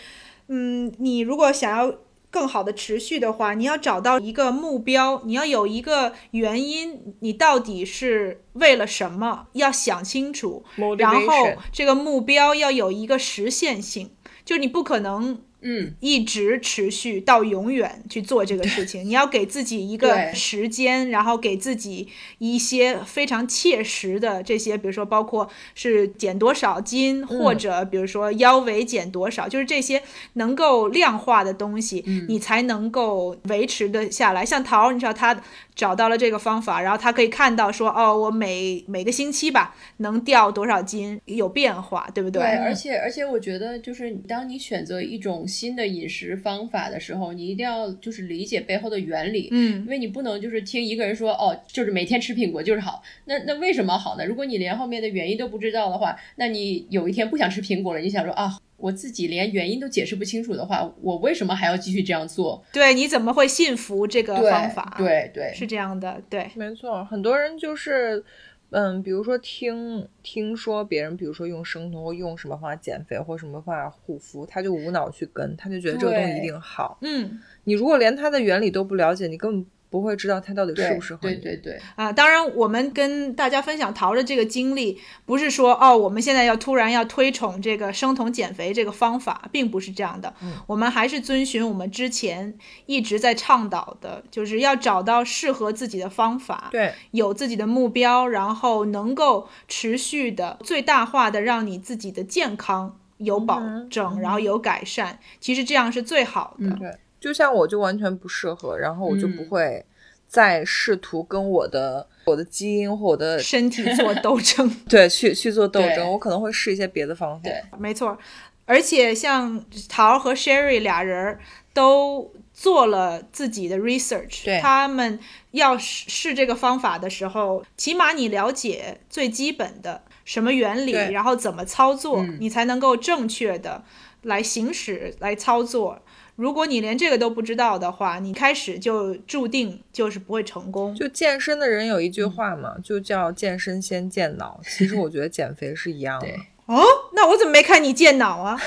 Speaker 3: 嗯，你如果想要更好的持续的话，你要找到一个目标，你要有一个原因，你到底是为了什么，要想清楚，然后
Speaker 1: motivation，
Speaker 3: 这个目标要有一个实现性，就你不可能
Speaker 2: 嗯，
Speaker 3: 一直持续到永远去做这个事情。你要给自己一个
Speaker 2: 对
Speaker 3: 时间，然后给自己一些非常切实的这些，比如说包括是减多少斤，
Speaker 2: 嗯
Speaker 3: 或者比如说腰围减多少，就是这些能够量化的东西，
Speaker 2: 嗯
Speaker 3: 你才能够维持的下来。像桃儿，你知道他找到了这个方法，然后他可以看到说，哦，我每每个星期吧能掉多少斤，有变化，对不对？
Speaker 2: 对，而且而且我觉得就是当你选择一种新的饮食方法的时候，你一定要就是理解背后的原理，因
Speaker 3: 嗯，
Speaker 2: 为你不能就是听一个人说哦，就是每天吃苹果就是好，那那为什么好呢？如果你连后面的原因都不知道的话，那你有一天不想吃苹果了，你想说啊，我自己连原因都解释不清楚的话，我为什么还要继续这样做？
Speaker 3: 对，你怎么会信服这个
Speaker 2: 对
Speaker 3: 方法？
Speaker 2: 对对，
Speaker 3: 是这样的，对，
Speaker 1: 没错，很多人就是，嗯，比如说听听说别人，比如说用生酮或用什么方法减肥或什么方法护肤，他就无脑去跟，他就觉得这个东西一
Speaker 2: 对
Speaker 1: 定好。
Speaker 3: 嗯，
Speaker 1: 你如果连它的原理都不了解，你根本不会知道它到底适不适合
Speaker 2: 对
Speaker 1: 你。
Speaker 2: 对对，
Speaker 3: 啊，当然，我们跟大家分享桃的这个经历，不是说哦，我们现在要突然要推崇这个生酮减肥这个方法，并不是这样的。
Speaker 1: 嗯
Speaker 3: 我们还是遵循我们之前一直在倡导的，就是要找到适合自己的方法，
Speaker 1: 对
Speaker 3: 有自己的目标，然后能够持续的最大化的让你自己的健康有保
Speaker 1: 嗯哼
Speaker 3: 证，然后有改善。其实这样是最好的。
Speaker 2: 嗯
Speaker 1: 对，就像我就完全不适合，然后我就不会再试图跟我的、我的基因或我的
Speaker 3: 身体做斗争，
Speaker 1: 对去去做斗
Speaker 2: 对
Speaker 1: 争，我可能会试一些别的方法。
Speaker 2: 对
Speaker 3: 没错，而且像桃儿和 Sherry 俩人儿都做了自己的 research，
Speaker 1: 对
Speaker 3: 他们要试试这个方法的时候，起码你了解最基本的什么原理，
Speaker 1: 对
Speaker 3: 然后怎么操作，
Speaker 2: 嗯
Speaker 3: 你才能够正确的来行使、来操作。如果你连这个都不知道的话，你开始就注定就是不会成功。
Speaker 1: 就健身的人有一
Speaker 3: 嗯
Speaker 1: 句话嘛，就叫“健身先健脑”。其实我觉得减肥是一样的
Speaker 2: 对，
Speaker 3: 哦，那我怎么没看你健脑啊？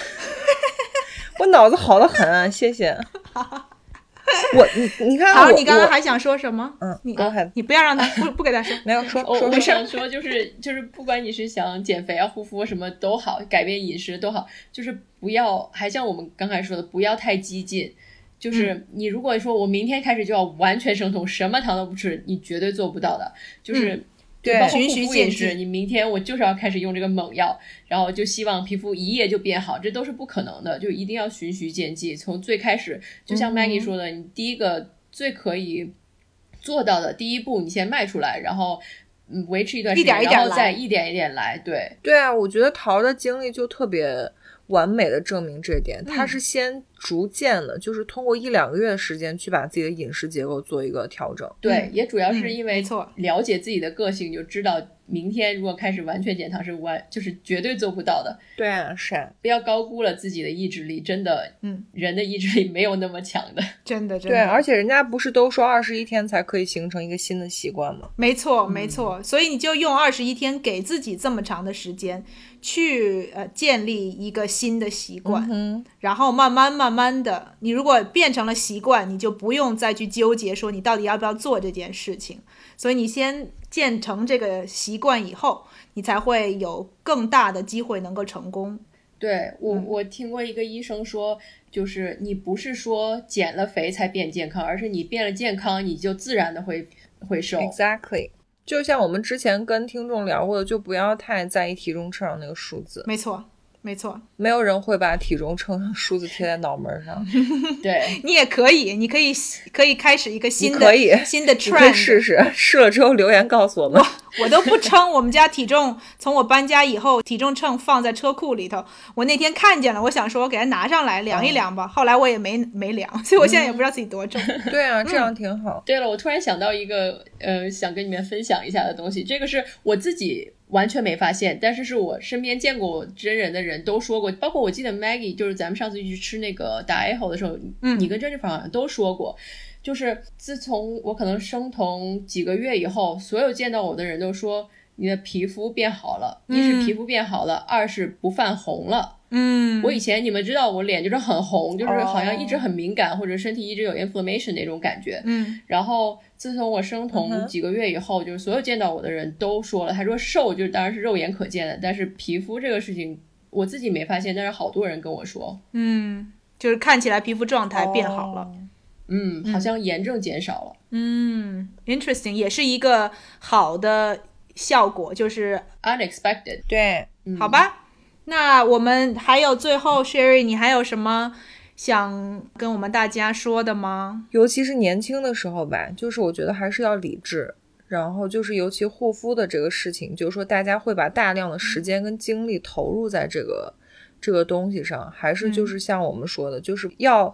Speaker 1: 我脑子好的很、啊，谢 谢。我你你看
Speaker 3: 桃
Speaker 1: 我
Speaker 3: 儿，你刚
Speaker 1: 我
Speaker 3: 刚还想说什么？
Speaker 1: 嗯
Speaker 3: 你
Speaker 1: go ahead
Speaker 3: 你不要让他不不给他说。
Speaker 1: 没有说
Speaker 2: 哦
Speaker 3: 哦
Speaker 2: 我
Speaker 1: 说
Speaker 2: 我
Speaker 1: 说
Speaker 2: 想说，就是就是，不管你是想减肥啊、护肤什么都好，改变饮食都好，就是不要，还像我们刚才说的，不要太激进。就是你如果说我明天开始就要完全生酮，什么糖都不吃，你绝对做不到的。就是就
Speaker 1: 对
Speaker 2: 包括
Speaker 3: 循序
Speaker 2: 护肤
Speaker 3: 渐
Speaker 2: 饮食，
Speaker 3: 进
Speaker 2: 你明天我就是要开始用这个猛药，然后就希望皮肤一夜就变好，这都是不可能的，就一定要循序渐进。从最开始，就
Speaker 3: 嗯
Speaker 2: 像 Maggie 说的，你第一个最可以做到的第一步，你先迈出来，然后嗯维持一段时间，
Speaker 3: 一点一点
Speaker 2: 然后再
Speaker 3: 来
Speaker 2: 一点一点来，对
Speaker 1: 对啊，我觉得桃儿的经历就特别完美的证明这一点。他
Speaker 3: 嗯
Speaker 1: 是先逐渐的，就是通过一两个月的时间去把自己的饮食结构做一个调整。
Speaker 2: 对、
Speaker 3: 嗯
Speaker 2: 也主要是
Speaker 3: 嗯
Speaker 2: 因
Speaker 3: 没
Speaker 2: 为
Speaker 3: 错
Speaker 2: 了解自己的个性，就知道明天如果开始完全减糖是完就是绝对做不到的，
Speaker 1: 对啊，是啊，
Speaker 2: 不要高估了自己的意志力，真的，
Speaker 3: 嗯，
Speaker 2: 人的意志力没有那么强的，
Speaker 3: 真的，真
Speaker 1: 对
Speaker 3: 的，
Speaker 1: 啊，而且人家不是都说二十一天才可以形成一个新的习惯吗？
Speaker 3: 没
Speaker 1: 嗯
Speaker 3: 错，没错。所以你就用二十一天给自己这么长的时间，去呃建立一个新的习惯，
Speaker 1: 嗯，
Speaker 3: 然后慢慢慢慢的，你如果变成了习惯，你就不用再去纠结说你到底要不要做这件事情。所以你先建成这个习惯以后，你才会有更大的机会能够成功。
Speaker 2: 对我，
Speaker 3: 嗯
Speaker 2: 我听过一个医生说，就是你不是说减了肥才变健康，而是你变了健康，你就自然的会会瘦。
Speaker 1: Exactly，就像我们之前跟听众聊过的，就不要太在意体重秤上那个数字，
Speaker 3: 没错，没错，
Speaker 1: 没有人会把体重秤上数字贴在脑门上。
Speaker 2: 对，
Speaker 3: 你也可以，你可以可以开始一个新的
Speaker 1: 可以
Speaker 3: 新的
Speaker 1: 你可
Speaker 3: trend，哦
Speaker 1: 以试试， 试了之后留言告诉我们。
Speaker 3: 我都不称，我们家体重从我搬家以后，体重秤放在车库里头。我那天看见了，我想说我给它拿上来
Speaker 2: 嗯
Speaker 3: 量一量吧，后来我也没没量，所以我现在也不知道自己多重。
Speaker 1: 对 啊，这
Speaker 3: 嗯
Speaker 1: 样挺好。
Speaker 2: 对了，我突然想到一个，呃，想跟你们分享一下的东西，这个是我自己完全没发现，但是是我身边见过真人的人都说过，包括我记得 Maggie，就是咱们上次去吃那个达 A 后的时候，
Speaker 3: 嗯
Speaker 2: 你跟珍妮弗好像都说过，就是自从我可能生酮几个月以后，所有见到我的人都说你的皮肤变好了，一
Speaker 3: 嗯
Speaker 2: 是皮肤变好了，二是不泛红了。
Speaker 3: 嗯
Speaker 2: 我以前你们知道我脸就是很红，就是
Speaker 1: 哦
Speaker 2: 好像一直很敏感，或者身体一直有 inflammation 那种感觉。
Speaker 3: 嗯
Speaker 2: 然后自从我生
Speaker 1: 嗯
Speaker 2: 酮
Speaker 1: 哼
Speaker 2: 几个月以后，就是所有见到我的人都说了，他说瘦就是当然是肉眼可见的，但是皮肤这个事情我自己没发现，但是好多人跟我说，
Speaker 3: 嗯，就是看起来皮肤状
Speaker 2: 哦
Speaker 3: 态变好
Speaker 1: 哦
Speaker 3: 了。
Speaker 2: 嗯，好像炎症减少了。
Speaker 3: 嗯，interesting，也是一个好的效果，就是、
Speaker 2: Unexpected，
Speaker 1: 对，
Speaker 2: 嗯、
Speaker 3: 好，吧。那我们还有最后，Sherry，你还有什么想跟我们大家说的吗？
Speaker 1: 尤其是年轻的时候吧，就是我觉得还是要理智。然后就是，尤其护肤的这个事情，就是说大家会把大量的时间跟精力投入在这个、这个东西上，还是就是像我们说的，就是要，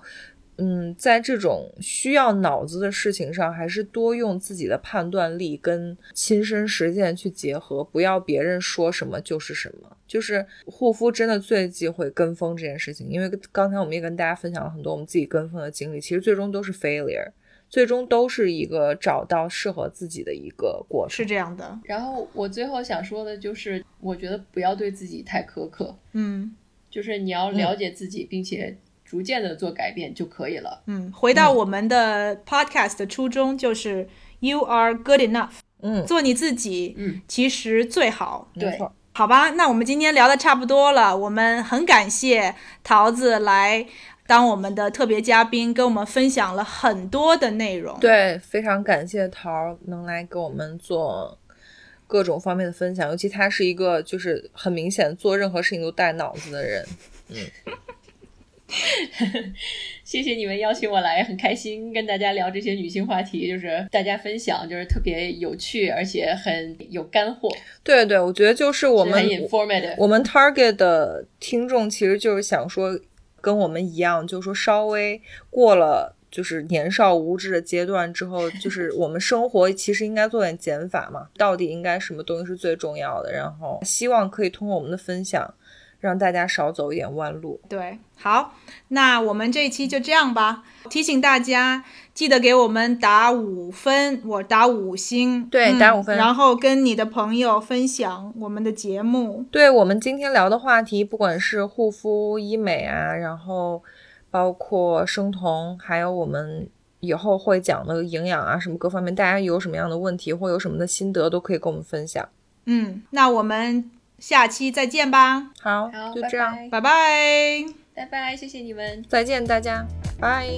Speaker 1: 嗯，在这种需要脑子的事情上，还是多用自己的判断力跟亲身实践去结合，不要别人说什么就是什么。就是护肤真的最忌讳跟风这件事情，因为刚才我们也跟大家分享了很多我们自己跟风的经历，其实最终都是 failure。最终都是一个找到适合自己的一个过程。
Speaker 3: 是这样的，
Speaker 2: 然后我最后想说的就是，我觉得不要对自己太苛刻，
Speaker 3: 嗯。
Speaker 2: 就是你要了解自己，并且。逐渐的做改变就可以了。
Speaker 3: 嗯，回到我们的 podcast 的初衷，就是 you are good enough，
Speaker 1: 嗯，
Speaker 3: 做你自己，
Speaker 2: 嗯，
Speaker 3: 其实最好。
Speaker 1: 没
Speaker 2: 对，
Speaker 1: 错
Speaker 3: 好吧，那我们今天聊的差不多了，我们很感谢桃子来当我们的特别嘉宾，跟我们分享了很多的内容。，
Speaker 1: 对，非常感谢桃儿能来给我们做各种方面的分享，尤其他是一个就是很明显做任何事情都带脑子的人。
Speaker 2: 谢谢你们邀请我来，很开心跟大家聊这些女性话题，就是大家分享，就是特别有趣，而且很有干货，
Speaker 1: 对对，我觉得就是我们
Speaker 2: 很 informative。
Speaker 1: 我们 target 的听众其实就是想说，跟我们一样，就是说稍微过了就是年少无知的阶段之后，就是我们生活其实应该做点减法嘛，到底应该什么东西是最重要的？然后希望可以通过我们的分享，让大家少走一点弯路。
Speaker 3: 对，好，那我们这一期就这样吧。提醒大家，记得给我们打五分，我打五星，
Speaker 1: 对
Speaker 3: 嗯
Speaker 1: 打五分
Speaker 3: 然后跟你的朋友分享我们的节目。
Speaker 1: 对我们今天聊的话题，不管是护肤、医美啊，然后包括生酮，还有我们以后会讲的营养啊，什么各方面，大家有什么样的问题或有什么的心得，都可以跟我们分享。
Speaker 3: 嗯，那我们下期再见吧，
Speaker 1: 好，
Speaker 2: 好，
Speaker 1: 就
Speaker 2: 拜
Speaker 1: 这样，
Speaker 2: 拜，
Speaker 3: 拜拜。
Speaker 2: 拜拜，谢谢你们。
Speaker 1: 再见大家，拜。